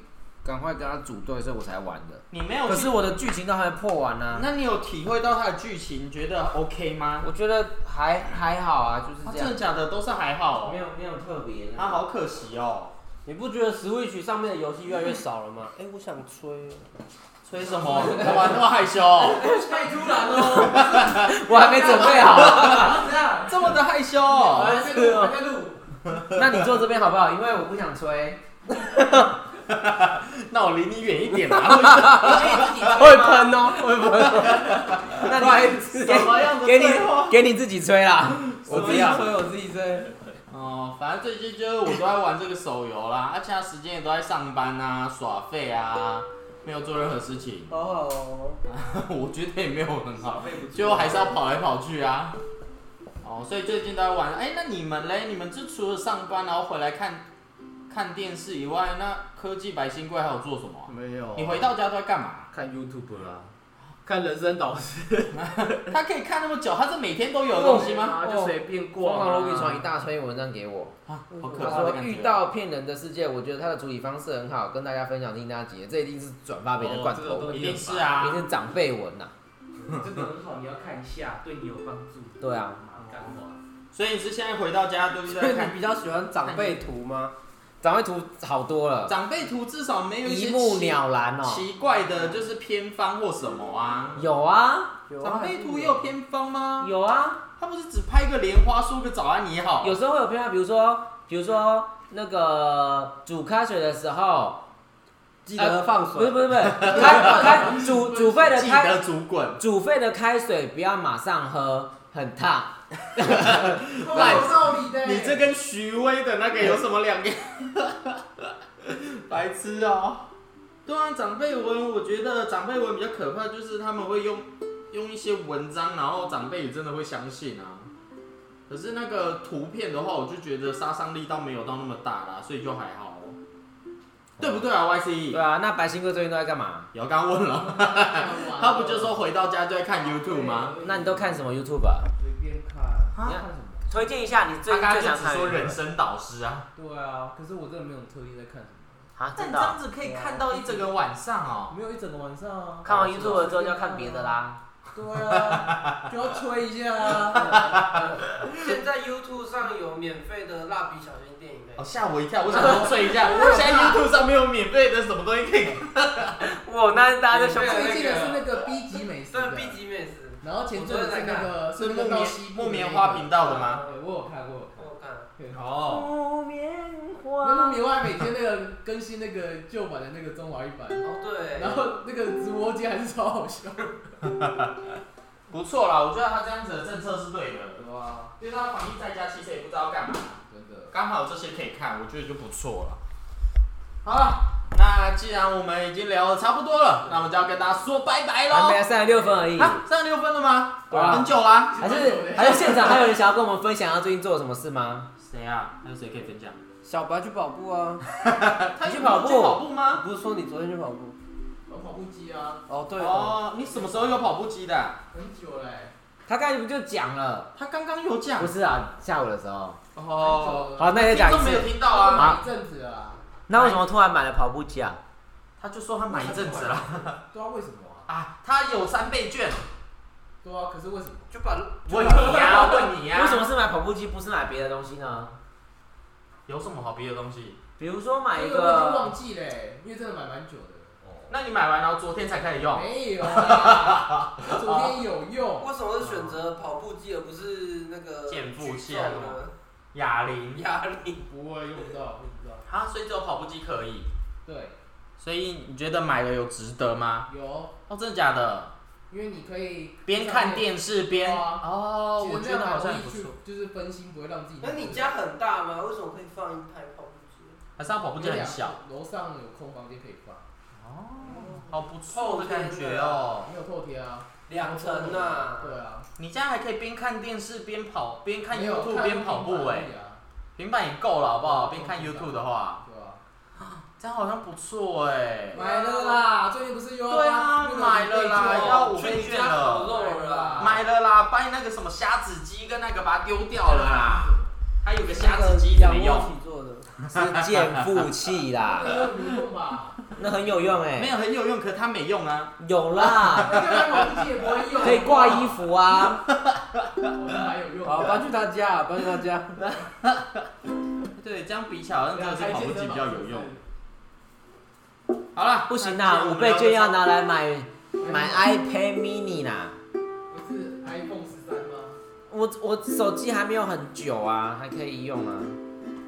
Speaker 1: 赶快跟他组队，所以我才玩的。
Speaker 4: 你没有
Speaker 1: 可
Speaker 4: 去
Speaker 1: 是我的剧情都还没破完呢、
Speaker 4: 那你有体会到它的剧情，觉得 OK 吗？
Speaker 1: 我觉得还还好啊，就是
Speaker 4: 啊、
Speaker 1: 这
Speaker 4: 真
Speaker 1: 样
Speaker 4: 的。假的都是还好、
Speaker 7: 有没有特别
Speaker 4: 啊，好可惜哦。
Speaker 7: 你不觉得 Switch 上面的游戏越来越少了吗？哎、我想吹，
Speaker 4: 吹什么？干嘛那么害羞、 [laughs] 哦？
Speaker 3: 太突然了，
Speaker 1: 我还没准备好。啊
Speaker 3: 这样。
Speaker 4: 这么的害羞、哦？
Speaker 3: 还在录，我还在录。
Speaker 1: [laughs] 那你坐这边好不好？因为我不想吹。
Speaker 4: 那我离你远一点啊！
Speaker 1: 哎会喷哦，会喷。 [laughs] 那你
Speaker 4: [laughs] 什么样的 [laughs]
Speaker 1: 给你
Speaker 4: 对话
Speaker 1: 给你自己吹啦。
Speaker 4: 我
Speaker 5: 自己吹，我自己吹。
Speaker 4: 哦，反正最近就是我都在玩这个手游啦，而且他时间也都在上班啊、耍废啊，没有做任何事情。
Speaker 7: 好好哦。
Speaker 4: [laughs] 我觉得也没有很好，最后还是要跑来跑去啊。哦，所以最近都在玩。哎，那你们嘞？你们就除了上班然后回来看看电视以外，那科技白新贵还有做什么啊？
Speaker 5: 没有
Speaker 4: 你回到家都在干嘛？
Speaker 5: 看 YouTube 啦，看人生导师。
Speaker 4: 他可以看那么久，他是每天都有的东
Speaker 7: 哦
Speaker 4: 西吗？
Speaker 5: 啊，就随便
Speaker 1: 疯
Speaker 5: 逛、啊。
Speaker 1: 狂罗宾传一大篇文章给我，
Speaker 4: 啊，好可
Speaker 1: 他
Speaker 4: 怕的
Speaker 1: 说
Speaker 4: 感觉。
Speaker 1: 遇到骗人的世界，我觉得他的处理方式很好，跟大家分享听大家解，这一定是转发别人的罐
Speaker 5: 哦这个
Speaker 1: 头
Speaker 5: 都
Speaker 1: 文，
Speaker 4: 一定是啊
Speaker 1: 一定，是长辈文呐。
Speaker 8: 这个很好，你要看一下，对你有帮助。
Speaker 1: 对啊，
Speaker 8: 干嘛？
Speaker 4: 所以你是现在回到家都是
Speaker 8: 所以
Speaker 4: 在
Speaker 8: 你
Speaker 4: 看
Speaker 8: 比较喜欢长辈图吗？
Speaker 1: 长辈图好多了，
Speaker 4: [laughs] 长辈图，至少没有一些
Speaker 1: 一目
Speaker 4: 奇
Speaker 1: 了然哦。
Speaker 4: 奇怪的，就是偏方或什么啊。
Speaker 1: 有啊，
Speaker 8: 有啊
Speaker 4: 长辈图也有偏方吗？
Speaker 1: 有啊，
Speaker 4: 他不是只拍个莲花，说个早安你好，
Speaker 1: 有时候会有变化，比如说，比如说那个煮开水的时候，呃
Speaker 8: 记得放
Speaker 1: 不是
Speaker 8: 水。
Speaker 1: 不是不是，
Speaker 4: [laughs]
Speaker 1: 开开煮煮沸的
Speaker 4: 记
Speaker 1: 开
Speaker 4: 得煮滚，
Speaker 1: 煮沸的开水不要马上喝，很烫。
Speaker 5: 哦
Speaker 7: 有道理的。
Speaker 4: 你这跟徐威的那个 [laughs] 有什么两样？白痴啊、对啊，长辈文，我觉得长辈文比较可怕，就是他们会用用一些文章，然后长辈也真的会相信啊。可是那个图片的话，我就觉得杀伤力倒没有到那么大啦，所以就还好哦，对不对啊？YCE，
Speaker 1: 对啊，那白星哥最近都在干嘛？
Speaker 4: 姚刚问了， [laughs] 他不就说回到家就在看 YouTube 吗？
Speaker 1: 那你都看什么 YouTube？啊
Speaker 8: 随便看。
Speaker 1: 你看推荐一下你最
Speaker 4: 啊他
Speaker 1: 近最
Speaker 4: 刚刚就
Speaker 1: 想
Speaker 4: 只
Speaker 1: 看
Speaker 4: 说
Speaker 1: 的
Speaker 4: 人生导师啊。
Speaker 8: 对啊，可是我真的没有特意在看什么，
Speaker 1: 啊，
Speaker 4: 但
Speaker 1: 真
Speaker 4: 你
Speaker 1: 的
Speaker 4: 这样
Speaker 1: 哦。
Speaker 4: 子可以看到一整个晚上哦。
Speaker 8: 没有一整个晚上啊。
Speaker 1: 看完 YouTube 之后就要看别的啦。
Speaker 8: 对啊，就要吹一下啊。
Speaker 7: 现在 YouTube 上有免费的蜡笔小新电影
Speaker 4: 哦，
Speaker 7: 的，
Speaker 4: 吓我一跳！我想说睡一 [laughs] 下，我现在 YouTube 上没有免费的什么东西可以看。
Speaker 1: 哇，那大家在
Speaker 7: 对
Speaker 1: 胸
Speaker 7: 啊
Speaker 5: 最近的是那个 B 级美食
Speaker 7: 对
Speaker 5: 的，
Speaker 7: B 级美食，
Speaker 5: 然后前阵子是那个
Speaker 4: 是 [laughs] 木
Speaker 5: 那个
Speaker 4: 棉
Speaker 5: 到西部
Speaker 4: 木
Speaker 5: 的那
Speaker 4: 棉
Speaker 5: 个
Speaker 4: 花频道的吗？
Speaker 5: 对，我有看过。
Speaker 7: 我看
Speaker 4: 哦，
Speaker 5: 那木棉花每天那个更新那个旧版的那个中华一版，
Speaker 7: 哦对，
Speaker 5: 然后那个直播间还是超好笑。
Speaker 4: 不错啦，我觉得他这样子的政策是对的，
Speaker 5: 哇，
Speaker 4: 因为他防疫在家，其实也不知道干嘛，
Speaker 5: 真的。
Speaker 4: 哦刚好这些可以看，我觉得就不错了。好了，那既然我们已经聊的差不多了，那我们就要跟大家说拜拜
Speaker 8: 哦
Speaker 1: 还
Speaker 4: 喽
Speaker 1: 没。三十六分而已，
Speaker 4: 啊，三十六分了吗？
Speaker 1: 对啊
Speaker 4: 很久啦。
Speaker 1: 还是还是现场还有人想要跟我们分享他最近做了什么事吗？
Speaker 4: 谁啊？还有谁可以分享？
Speaker 8: 小白去跑步啊！
Speaker 4: 他
Speaker 1: 你去
Speaker 4: 有
Speaker 1: 跑步
Speaker 4: 去跑步吗？
Speaker 8: 不是说你昨天去跑步？
Speaker 5: 我跑步机啊，
Speaker 8: 哦，对哦。
Speaker 4: 哦，你什么时候有跑步机的啊？
Speaker 5: 很久嘞、
Speaker 1: 他刚才不就讲了？
Speaker 4: 他刚刚有讲
Speaker 1: 不是啊，下午的时候。
Speaker 4: 哦，
Speaker 1: 好，那再
Speaker 4: 听
Speaker 1: 讲
Speaker 4: 众
Speaker 1: 一
Speaker 4: 没有
Speaker 1: 次。
Speaker 4: 听到
Speaker 5: 我
Speaker 4: 啊，
Speaker 5: 买一阵子了啊，
Speaker 1: 那为什么突然买了跑步机啊？
Speaker 4: 他就说他买一阵子了
Speaker 5: 对啊，为什么啊？
Speaker 4: 啊，他有三倍券，
Speaker 5: 对啊，可是为什么？
Speaker 7: 就把
Speaker 4: 问你呀、 [laughs] 问你啊呀、
Speaker 1: 为什么是买跑步机，不是买别的东西呢？
Speaker 4: 有什么好别的东西？
Speaker 1: 比如说买一
Speaker 5: 这哎我已经
Speaker 1: 个
Speaker 5: 忘记嘞、欸因为真的买蛮久的。
Speaker 4: 那你买完然后昨天才开始用，
Speaker 5: 没有
Speaker 4: [laughs]
Speaker 5: 啦，昨天有用。
Speaker 7: 为什么是选择跑步机而不是那个
Speaker 4: 健步器
Speaker 7: 举重
Speaker 4: 啊还是什么
Speaker 7: 呢？
Speaker 4: 哑铃
Speaker 7: 压力
Speaker 5: 不会用不到，用不到。
Speaker 4: 啊，所以只有跑步机可以，
Speaker 5: 对，
Speaker 4: 所以你觉得买了有值得吗？
Speaker 5: 有，
Speaker 4: 哦，真的假的？
Speaker 5: 因为你可以
Speaker 4: 边看电视边
Speaker 5: 哇
Speaker 4: 哦，我觉得好像也不
Speaker 5: 啊其实
Speaker 4: 错，
Speaker 5: 这样蛮容易去就是分心不会让自己。
Speaker 7: 那你家很大吗？为什么可以放一台跑步机？
Speaker 4: 还是他跑步机很小，，
Speaker 5: 楼上有空房间可以放，
Speaker 4: 好哦不错的感觉哦。
Speaker 5: 没有透贴啊。
Speaker 7: 两层呐，
Speaker 5: 对啊，
Speaker 4: 你这样还可以边看电视边跑，边看
Speaker 5: 没有
Speaker 4: YouTube 边跑步哎、
Speaker 5: 平板而已啊
Speaker 4: 平板也哦够了好不好？边看 YouTube 的话，
Speaker 5: 对吧？
Speaker 4: 这样好像不错哎、
Speaker 5: 买了啦，最近不是有
Speaker 4: 对啊，买了啦，要五
Speaker 7: 去
Speaker 4: 倍
Speaker 7: 你
Speaker 4: 券
Speaker 7: 家烤
Speaker 4: 了，
Speaker 7: 肉了啦。
Speaker 4: 买了啦，把你那个什么虾子鸡跟那个把它丢掉了啦，还有个
Speaker 7: 那
Speaker 4: 虾
Speaker 7: 个
Speaker 4: 子鸡怎
Speaker 7: 仰
Speaker 4: 么
Speaker 7: 卧
Speaker 4: 用？
Speaker 7: 起坐的，
Speaker 1: 是健腹器啦，
Speaker 4: [laughs]
Speaker 5: 不用吧？
Speaker 1: 那很有用
Speaker 4: 没
Speaker 1: 哎，
Speaker 4: 有很有用，可它没用啊。
Speaker 1: 有
Speaker 4: [laughs]
Speaker 1: 啦，
Speaker 5: 那个买手机也不会用，
Speaker 1: 可以挂衣服啊。
Speaker 5: 我们还有用。
Speaker 8: 好，搬去他
Speaker 7: 啊
Speaker 8: 家，搬去他
Speaker 7: [laughs]
Speaker 8: 家。
Speaker 4: 对，这样比起来好像真的是跑步机比较有用。好了，
Speaker 1: 不行
Speaker 4: 那
Speaker 1: 啦，
Speaker 4: 今天我
Speaker 1: 五
Speaker 4: 们
Speaker 1: 倍券要
Speaker 4: 聊到
Speaker 1: 拿来买买
Speaker 9: 哎
Speaker 1: iPad mini 啦。
Speaker 5: 不是 iPhone 十三吗？
Speaker 1: 我我手机还没有很久啊，还可以用啊。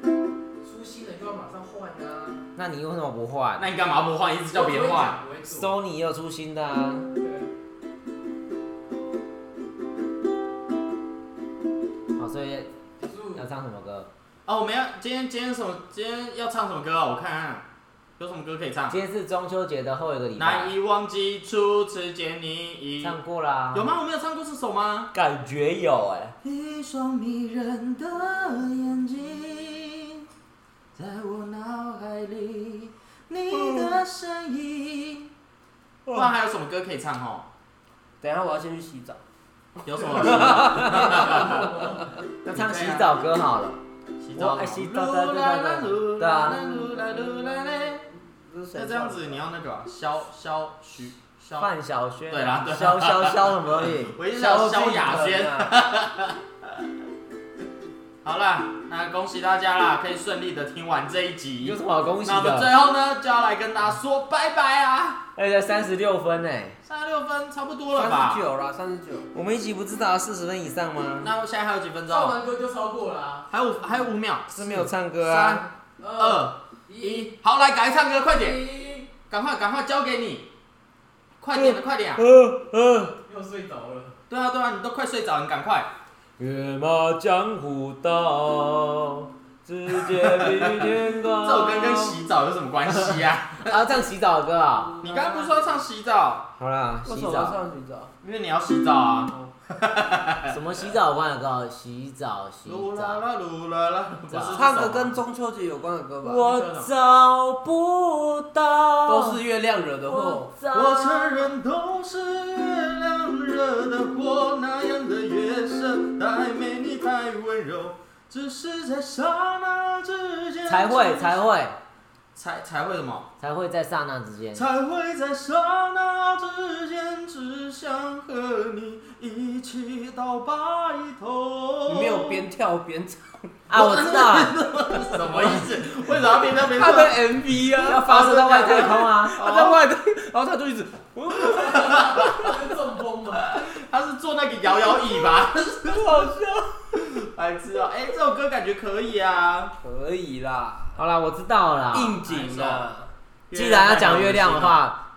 Speaker 5: 出新的就要马上换啊！
Speaker 1: 那你为什么不
Speaker 4: 这，
Speaker 1: 换
Speaker 4: 那你干嘛不换？一直叫别人换。
Speaker 5: 我不会讲，
Speaker 1: ？Sony 也有出新的啊。
Speaker 5: 不会做。
Speaker 1: 好，哦所以
Speaker 5: 对结束
Speaker 1: 要唱什么歌？
Speaker 4: 哦，我们要今天今天什么？今天要唱什么歌啊？我看看有什么歌可以唱。
Speaker 1: 今天是中秋节的后一个礼拜
Speaker 4: 难，以忘记初次见你一
Speaker 1: 唱过啦。
Speaker 4: 有吗？我没有唱过这首吗？
Speaker 1: 感觉有哎。
Speaker 4: 一双迷人的眼睛，在我脑海里，你的身影。不然还有什么歌可以唱哦？
Speaker 8: 等一下我要先去洗澡。
Speaker 4: 有什么？
Speaker 1: 那唱洗澡歌好了。
Speaker 4: 啊洗
Speaker 1: 我
Speaker 4: 澡
Speaker 1: 爱
Speaker 4: 吗？
Speaker 1: 洗澡的
Speaker 4: 啊
Speaker 1: 的对啊
Speaker 4: 那这样子你要那个啊消消徐肖
Speaker 1: 范晓萱，
Speaker 4: 对啦对啦
Speaker 1: 萧萧萧什么东西？
Speaker 4: 我一直想萧
Speaker 1: 敬
Speaker 4: [laughs] 亚
Speaker 1: 腾
Speaker 4: 轩
Speaker 1: 啊
Speaker 4: 好啦，那恭喜大家啦，可以顺利的听完这一集。
Speaker 1: 有什么好恭喜
Speaker 4: 那我们
Speaker 1: 的？
Speaker 4: 最后呢，就要来跟大家说拜拜啊！
Speaker 1: 而且哎三十六分呢，
Speaker 4: 三十六分差不多了
Speaker 3: 三
Speaker 4: 吧
Speaker 3: 十？九啦，三十九。
Speaker 1: 我们一集不是达四十分以上吗？
Speaker 4: 那现在还有几分
Speaker 9: 唱
Speaker 4: 钟？
Speaker 9: 完歌就超过了啊。
Speaker 4: 还有还有五秒，
Speaker 1: 是没有唱歌啊？
Speaker 4: 二
Speaker 9: 一，
Speaker 4: 一，好，来赶快唱歌，快点，
Speaker 9: 一，
Speaker 4: 赶快赶快交给你，快点的快点啊！
Speaker 1: 呃呃，
Speaker 9: 又睡着了。
Speaker 4: 对啊对啊，你都快睡着，你赶快。
Speaker 1: 跃马江湖道，直接比天高。 [laughs]
Speaker 4: 这首歌跟洗澡有什么关系呀、
Speaker 1: 啊，唱洗澡的歌啊。
Speaker 4: 你刚刚不是说要唱洗澡？
Speaker 1: 好啦，洗澡
Speaker 7: 洗澡。
Speaker 4: 因为你要洗澡啊。
Speaker 1: 什么洗澡关的歌？洗澡洗
Speaker 4: 噜啦
Speaker 1: 澡。
Speaker 4: 啦噜啦啦，不是
Speaker 3: 唱个跟中秋节有关的歌吧。
Speaker 1: 我找不到，
Speaker 7: 都是月亮惹的祸
Speaker 1: 我。找
Speaker 4: 我承认都是月亮惹的祸，那样的月色太美丽太温柔，只是在刹那之间
Speaker 1: 才会才会
Speaker 4: 才才会什么？
Speaker 1: 才会在刹那之间。
Speaker 4: 才会在刹那之间，只想和你一起到白头。
Speaker 7: 你没有边跳边唱，
Speaker 1: 啊，我知道了，
Speaker 4: 什么意思？为什么要边跳边
Speaker 7: 他
Speaker 4: 唱？
Speaker 7: 的 MV [laughs] 啊，
Speaker 1: 要发射到外太
Speaker 7: [laughs]
Speaker 1: 空啊！
Speaker 7: 他在外头，然后他就一直
Speaker 9: 中风了。
Speaker 4: 他是坐那个摇摇椅吧？ [laughs] 好笑，白痴啊！哎，这首歌感觉可以啊。
Speaker 7: 可以啦，
Speaker 1: 好啦，我知道了啦。
Speaker 7: 应景啊，
Speaker 1: 既然要讲月亮的，话，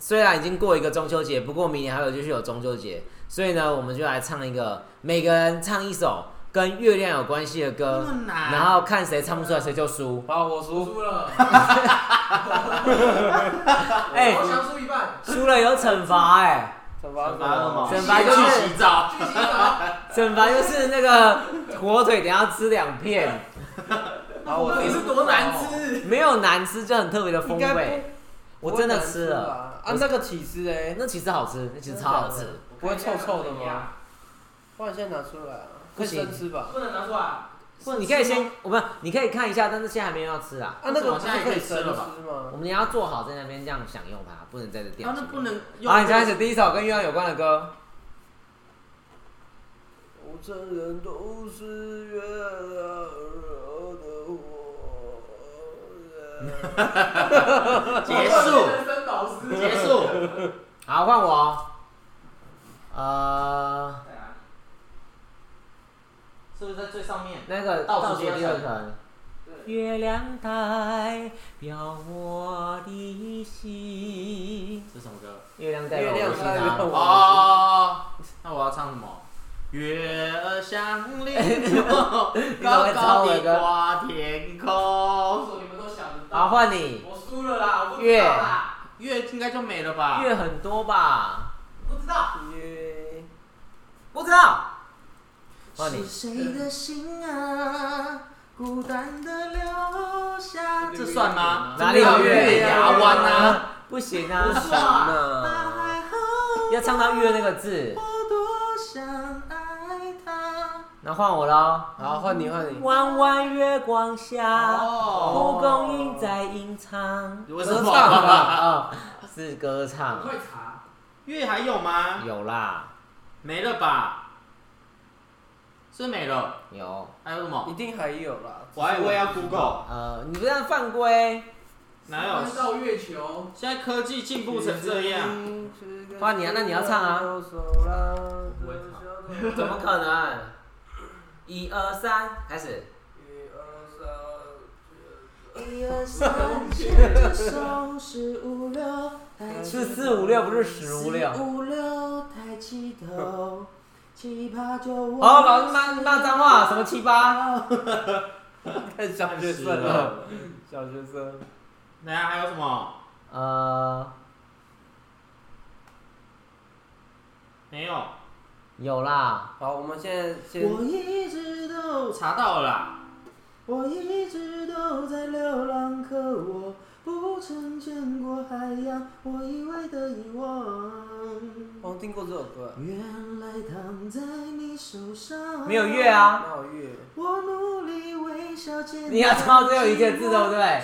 Speaker 1: 虽然已经过一个中秋节，不过明年还有继续有中秋节，所以呢，我们就来唱一个，每个人唱一首跟月亮有关系的歌
Speaker 4: 那么，难
Speaker 1: 然后看谁唱不出来谁就输。
Speaker 7: 好，我输。
Speaker 9: 输了。
Speaker 1: 哎
Speaker 9: 我想输一半。
Speaker 1: 输了有惩罚哎，
Speaker 7: 惩罚
Speaker 4: 惩罚什
Speaker 7: 啊
Speaker 4: 么？
Speaker 1: 惩罚就是
Speaker 4: 去洗澡。
Speaker 9: 去洗澡。
Speaker 1: 惩罚就是那个火腿等下吃两片，
Speaker 7: 好，我
Speaker 9: 你
Speaker 7: 输
Speaker 9: 是多难吃？
Speaker 1: 没有难吃就很特别的风味。我真的吃了，
Speaker 7: 了啊，那个起司哎，
Speaker 1: 那其实好吃，那其实超好吃。
Speaker 7: 不会臭臭的吗？不然现在拿出来啊，
Speaker 1: 不
Speaker 7: 会
Speaker 1: 行
Speaker 7: 生吃吧？
Speaker 9: 不能拿出来。
Speaker 1: 不，你可以先，我们你可以看一下，但是现在还没有要吃啊。
Speaker 7: 啊，那个
Speaker 4: 我
Speaker 7: 不
Speaker 4: 现在
Speaker 7: 是
Speaker 4: 也可
Speaker 7: 可
Speaker 4: 以
Speaker 7: 以
Speaker 4: 吃
Speaker 7: 生吃
Speaker 4: 了吧
Speaker 1: 我
Speaker 7: 吗？
Speaker 1: 们要做好在那边这样享用它，不能在这掉。
Speaker 4: 啊，那不能用。
Speaker 1: 好，你开始第一首跟月亮有关的歌。
Speaker 7: 我承认都是月亮惹的
Speaker 1: [laughs]
Speaker 7: 祸。
Speaker 4: 结束，
Speaker 9: 人生导师。
Speaker 4: 结束。
Speaker 1: 好，换我哦。呃，
Speaker 9: 哎
Speaker 4: 是不是在最上面？
Speaker 1: 那个
Speaker 4: 倒数
Speaker 1: 第
Speaker 4: 第
Speaker 1: 二
Speaker 4: 二
Speaker 1: 层。月亮代表我的心，
Speaker 4: 这什么歌？
Speaker 1: 月亮代表我的心
Speaker 7: 月亮代
Speaker 1: 啊。
Speaker 7: 表
Speaker 4: 哦，那我要唱什么？月儿相
Speaker 1: 哎
Speaker 4: 邻，高高的挂天空。
Speaker 9: 你们都想得
Speaker 1: 好，
Speaker 9: 到。
Speaker 1: 换你。
Speaker 9: 我输了啦，我不知道啦，
Speaker 4: 月应该就没了吧？
Speaker 1: 月很多吧？
Speaker 9: 不知道。
Speaker 7: 耶
Speaker 1: 不知道。换你
Speaker 4: 是。谁的心啊，孤单的流下。这算吗？
Speaker 1: 哪里有月
Speaker 4: 牙湾啊？
Speaker 1: 不行啊，
Speaker 9: 不算啊
Speaker 4: 那还好，
Speaker 1: 要唱到月那个字。
Speaker 4: 我多想爱他。
Speaker 1: 那换我喽。
Speaker 7: 好，换你换你。
Speaker 1: 弯弯月光下，
Speaker 4: 哦，
Speaker 1: 蒲公英在吟唱。
Speaker 4: 为什
Speaker 1: 歌
Speaker 4: 么
Speaker 1: 唱吧？啊、是歌唱，
Speaker 9: 快查。
Speaker 4: 月还有吗？
Speaker 1: 有啦，
Speaker 4: 没了吧？是没了，
Speaker 1: 有。
Speaker 4: 还有什么
Speaker 7: 一？定还有啦，
Speaker 4: 我还我也要 Google，
Speaker 1: 呃，你不这样犯规，
Speaker 4: 哪
Speaker 9: 搬
Speaker 4: 有？
Speaker 9: 到月球，
Speaker 4: 现在科技进步成这样，
Speaker 1: 哇你啊那你要唱啊
Speaker 7: 不
Speaker 4: 会
Speaker 7: 唱。
Speaker 1: 怎么可能？一二三，开始。
Speaker 7: 一二三，
Speaker 4: 一二三，牵着手是五六，抬起
Speaker 1: 是四五六，不是十五六。
Speaker 4: 五六，抬起头，七八九。哦
Speaker 1: 哦，老师骂骂脏话，什么七八？
Speaker 7: 看小学生了，
Speaker 4: 等
Speaker 7: 小学生。
Speaker 4: 一下还有什么？
Speaker 1: 呃，
Speaker 4: 没有。
Speaker 1: 有啦。
Speaker 7: 好，我们现在先
Speaker 4: 我一直都查到了啦，我一直都在流浪，可我不曾见过海洋，我以为的遗忘。
Speaker 7: 好像哦听过这首歌，
Speaker 4: 原来躺在你手上，
Speaker 1: 没有月啊。
Speaker 7: 蛮好乐。
Speaker 4: 我努力微笑间，
Speaker 1: 你要唱到最后一个字，对不对？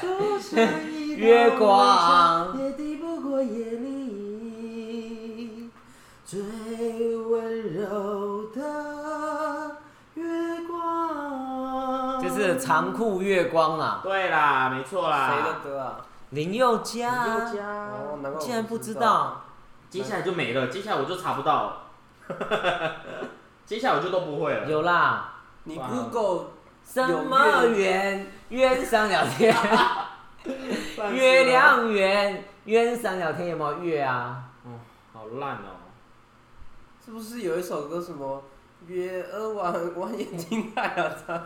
Speaker 4: 对
Speaker 1: 月光
Speaker 4: 也抵不过夜里。
Speaker 1: 的《长裤月光》啊，
Speaker 4: 对啦，没错啦。
Speaker 7: 谁的歌啊？
Speaker 1: 林宥嘉啊，
Speaker 7: 哦，难怪我
Speaker 1: 竟然不知
Speaker 7: 知
Speaker 1: 道。。
Speaker 4: 接下来就没了，接下来我就查不到， [laughs] 接下来我就都不会了。
Speaker 1: 有啦，
Speaker 7: 你
Speaker 4: 哇
Speaker 7: Google
Speaker 1: 什么圆圆上聊天，月亮圆圆上聊天有没有月啊？
Speaker 4: 好烂哦、
Speaker 7: 是不是有一首歌什么月儿弯弯眼睛看啊？他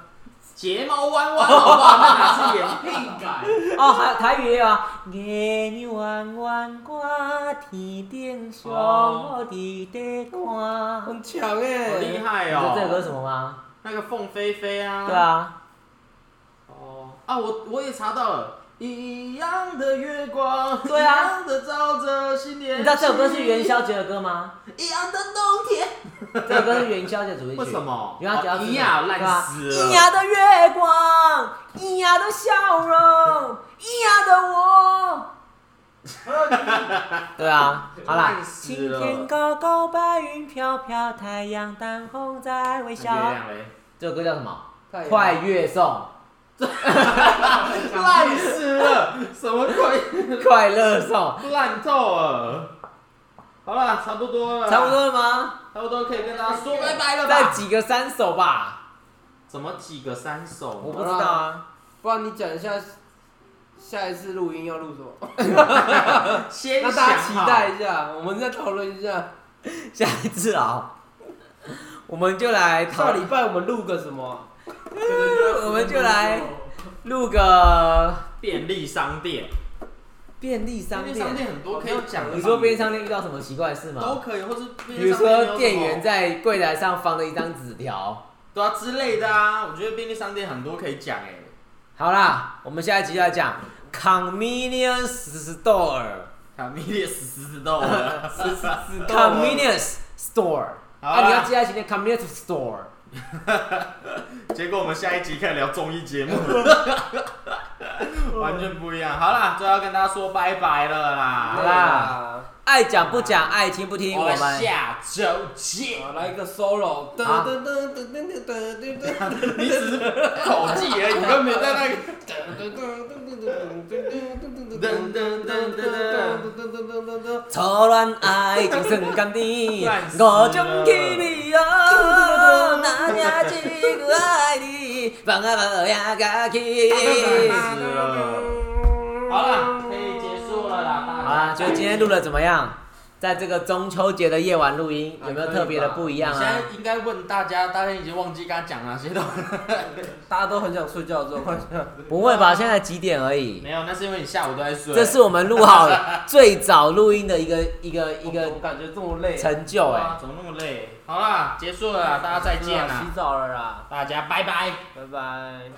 Speaker 4: 睫毛弯哦弯，
Speaker 1: [laughs]
Speaker 4: 好不好？那哪
Speaker 9: [laughs]
Speaker 4: 是眼？
Speaker 9: 硬改，
Speaker 1: 哦，还有台语也有啊，月亮弯弯挂天顶上，
Speaker 4: 哦
Speaker 1: 我伫底看。
Speaker 7: 很强
Speaker 4: 好
Speaker 7: 哎、
Speaker 4: 厉
Speaker 7: 欸，
Speaker 4: 害
Speaker 1: 你知
Speaker 4: 哦、
Speaker 1: 道这首歌是什么吗？
Speaker 4: 那个凤飞飞啊。
Speaker 1: 对。啊，
Speaker 4: 哦啊，我我也查到了。一样的月光，
Speaker 1: 对啊
Speaker 4: 一样的照着新年。
Speaker 1: 你知道这首歌是元宵节的歌吗？
Speaker 4: 一样的冬天。
Speaker 1: 这首歌是元宵节主题曲。
Speaker 4: 为什？么？
Speaker 1: 元宵节要
Speaker 4: 哦
Speaker 1: 吃
Speaker 4: 一样
Speaker 1: 对啊吧
Speaker 4: 烂死
Speaker 1: 一
Speaker 4: 了。
Speaker 1: 样的月光，一样的笑容，一样的 [laughs] 我。对 [laughs] 啊，好啦
Speaker 4: 烂，死
Speaker 1: 晴
Speaker 4: 了
Speaker 1: 天高高，白云飘飘，太阳当空在微
Speaker 4: 月
Speaker 1: 笑。
Speaker 4: 亮嘞？
Speaker 1: 这首歌叫什么？
Speaker 7: 太
Speaker 1: [laughs]
Speaker 7: 阳
Speaker 1: 快乐颂，
Speaker 4: 烂死了，什么鬼？
Speaker 1: 快乐颂，
Speaker 4: 烂透了。好了，差不多了，
Speaker 1: [laughs] 差不，多了吗？
Speaker 4: 差不多可以跟大家说拜拜了
Speaker 1: 再
Speaker 4: 吧？
Speaker 1: 几个三首吧，
Speaker 4: 怎么几个三首？
Speaker 1: 我不知道啊。
Speaker 7: 不然你讲一下下一次录音要
Speaker 1: [laughs]
Speaker 7: 录什么？
Speaker 4: 先
Speaker 1: 啊
Speaker 7: 让大家期待一下，我们再讨论一下。
Speaker 1: 下一次 [laughs] 啊，我们就来讨
Speaker 7: 上礼拜我们录个什么啊？
Speaker 1: 我们就来录个
Speaker 4: 便利商店，
Speaker 1: 便利商
Speaker 4: 便利商
Speaker 1: 店。哦
Speaker 4: 店很多可以讲的。
Speaker 1: 你说便利商店遇到什么奇怪的事
Speaker 4: 都
Speaker 1: 吗？
Speaker 4: 可以，或是便
Speaker 1: 比
Speaker 4: 利
Speaker 1: 如
Speaker 4: 商店有什
Speaker 1: 说
Speaker 4: 么
Speaker 1: 店员在柜台上放了一张纸条。
Speaker 4: 对啊之类的啊，我觉得便利商店很多可以讲哎。
Speaker 1: 好啦，我们下一集要讲 convenience store，convenience
Speaker 4: 卡米啊列死死死到我 [laughs] 了，死死死
Speaker 1: store。
Speaker 4: 好
Speaker 1: 啊，
Speaker 4: 啦
Speaker 1: 你要记在前面 convenience store。
Speaker 4: 结果我们下一集开始聊综艺节目， [laughs] 完全不一样。好啦，最后要跟大家说拜拜了
Speaker 1: 好
Speaker 4: 啦，
Speaker 1: 啦，爱讲不讲，爱听不听，我
Speaker 4: 我们
Speaker 1: 们
Speaker 4: 下周见。
Speaker 7: 啊好，来一个 solo，噔
Speaker 1: 好
Speaker 7: 噔噔噔噔噔噔噔噔。
Speaker 4: 你只是口技而已，根本没在那个。噔噔噔噔
Speaker 1: 初恋爱情算甘甜，
Speaker 4: 烂
Speaker 1: 五
Speaker 4: 死了
Speaker 1: 种气味哦，哪也只有爱你，放啊放呀家去。
Speaker 4: 哎死了。好了，可以结束了啦，大
Speaker 1: 好
Speaker 4: 家
Speaker 1: 啦，就今天录的怎么样？在这个中秋节的夜晚录
Speaker 4: 啊
Speaker 1: 音，有没有特别的不一样
Speaker 4: 你现
Speaker 1: 啊？
Speaker 4: 在应该问大家，大家已经忘记刚刚讲哪些东西。
Speaker 7: 大家都很想睡觉的时候，我
Speaker 1: 不会吧？现在几点而已？
Speaker 4: 没有，那是因为你下午都在睡。
Speaker 1: 这是我们录好最早录音的一个一个一个
Speaker 7: 我感觉这么累，
Speaker 1: 成就哎、
Speaker 4: 啊，怎么那么累？好啦，结束了啦，大家再见
Speaker 7: 洗
Speaker 4: 啦，
Speaker 7: 澡了啦，
Speaker 4: 大家拜拜。
Speaker 7: 拜拜。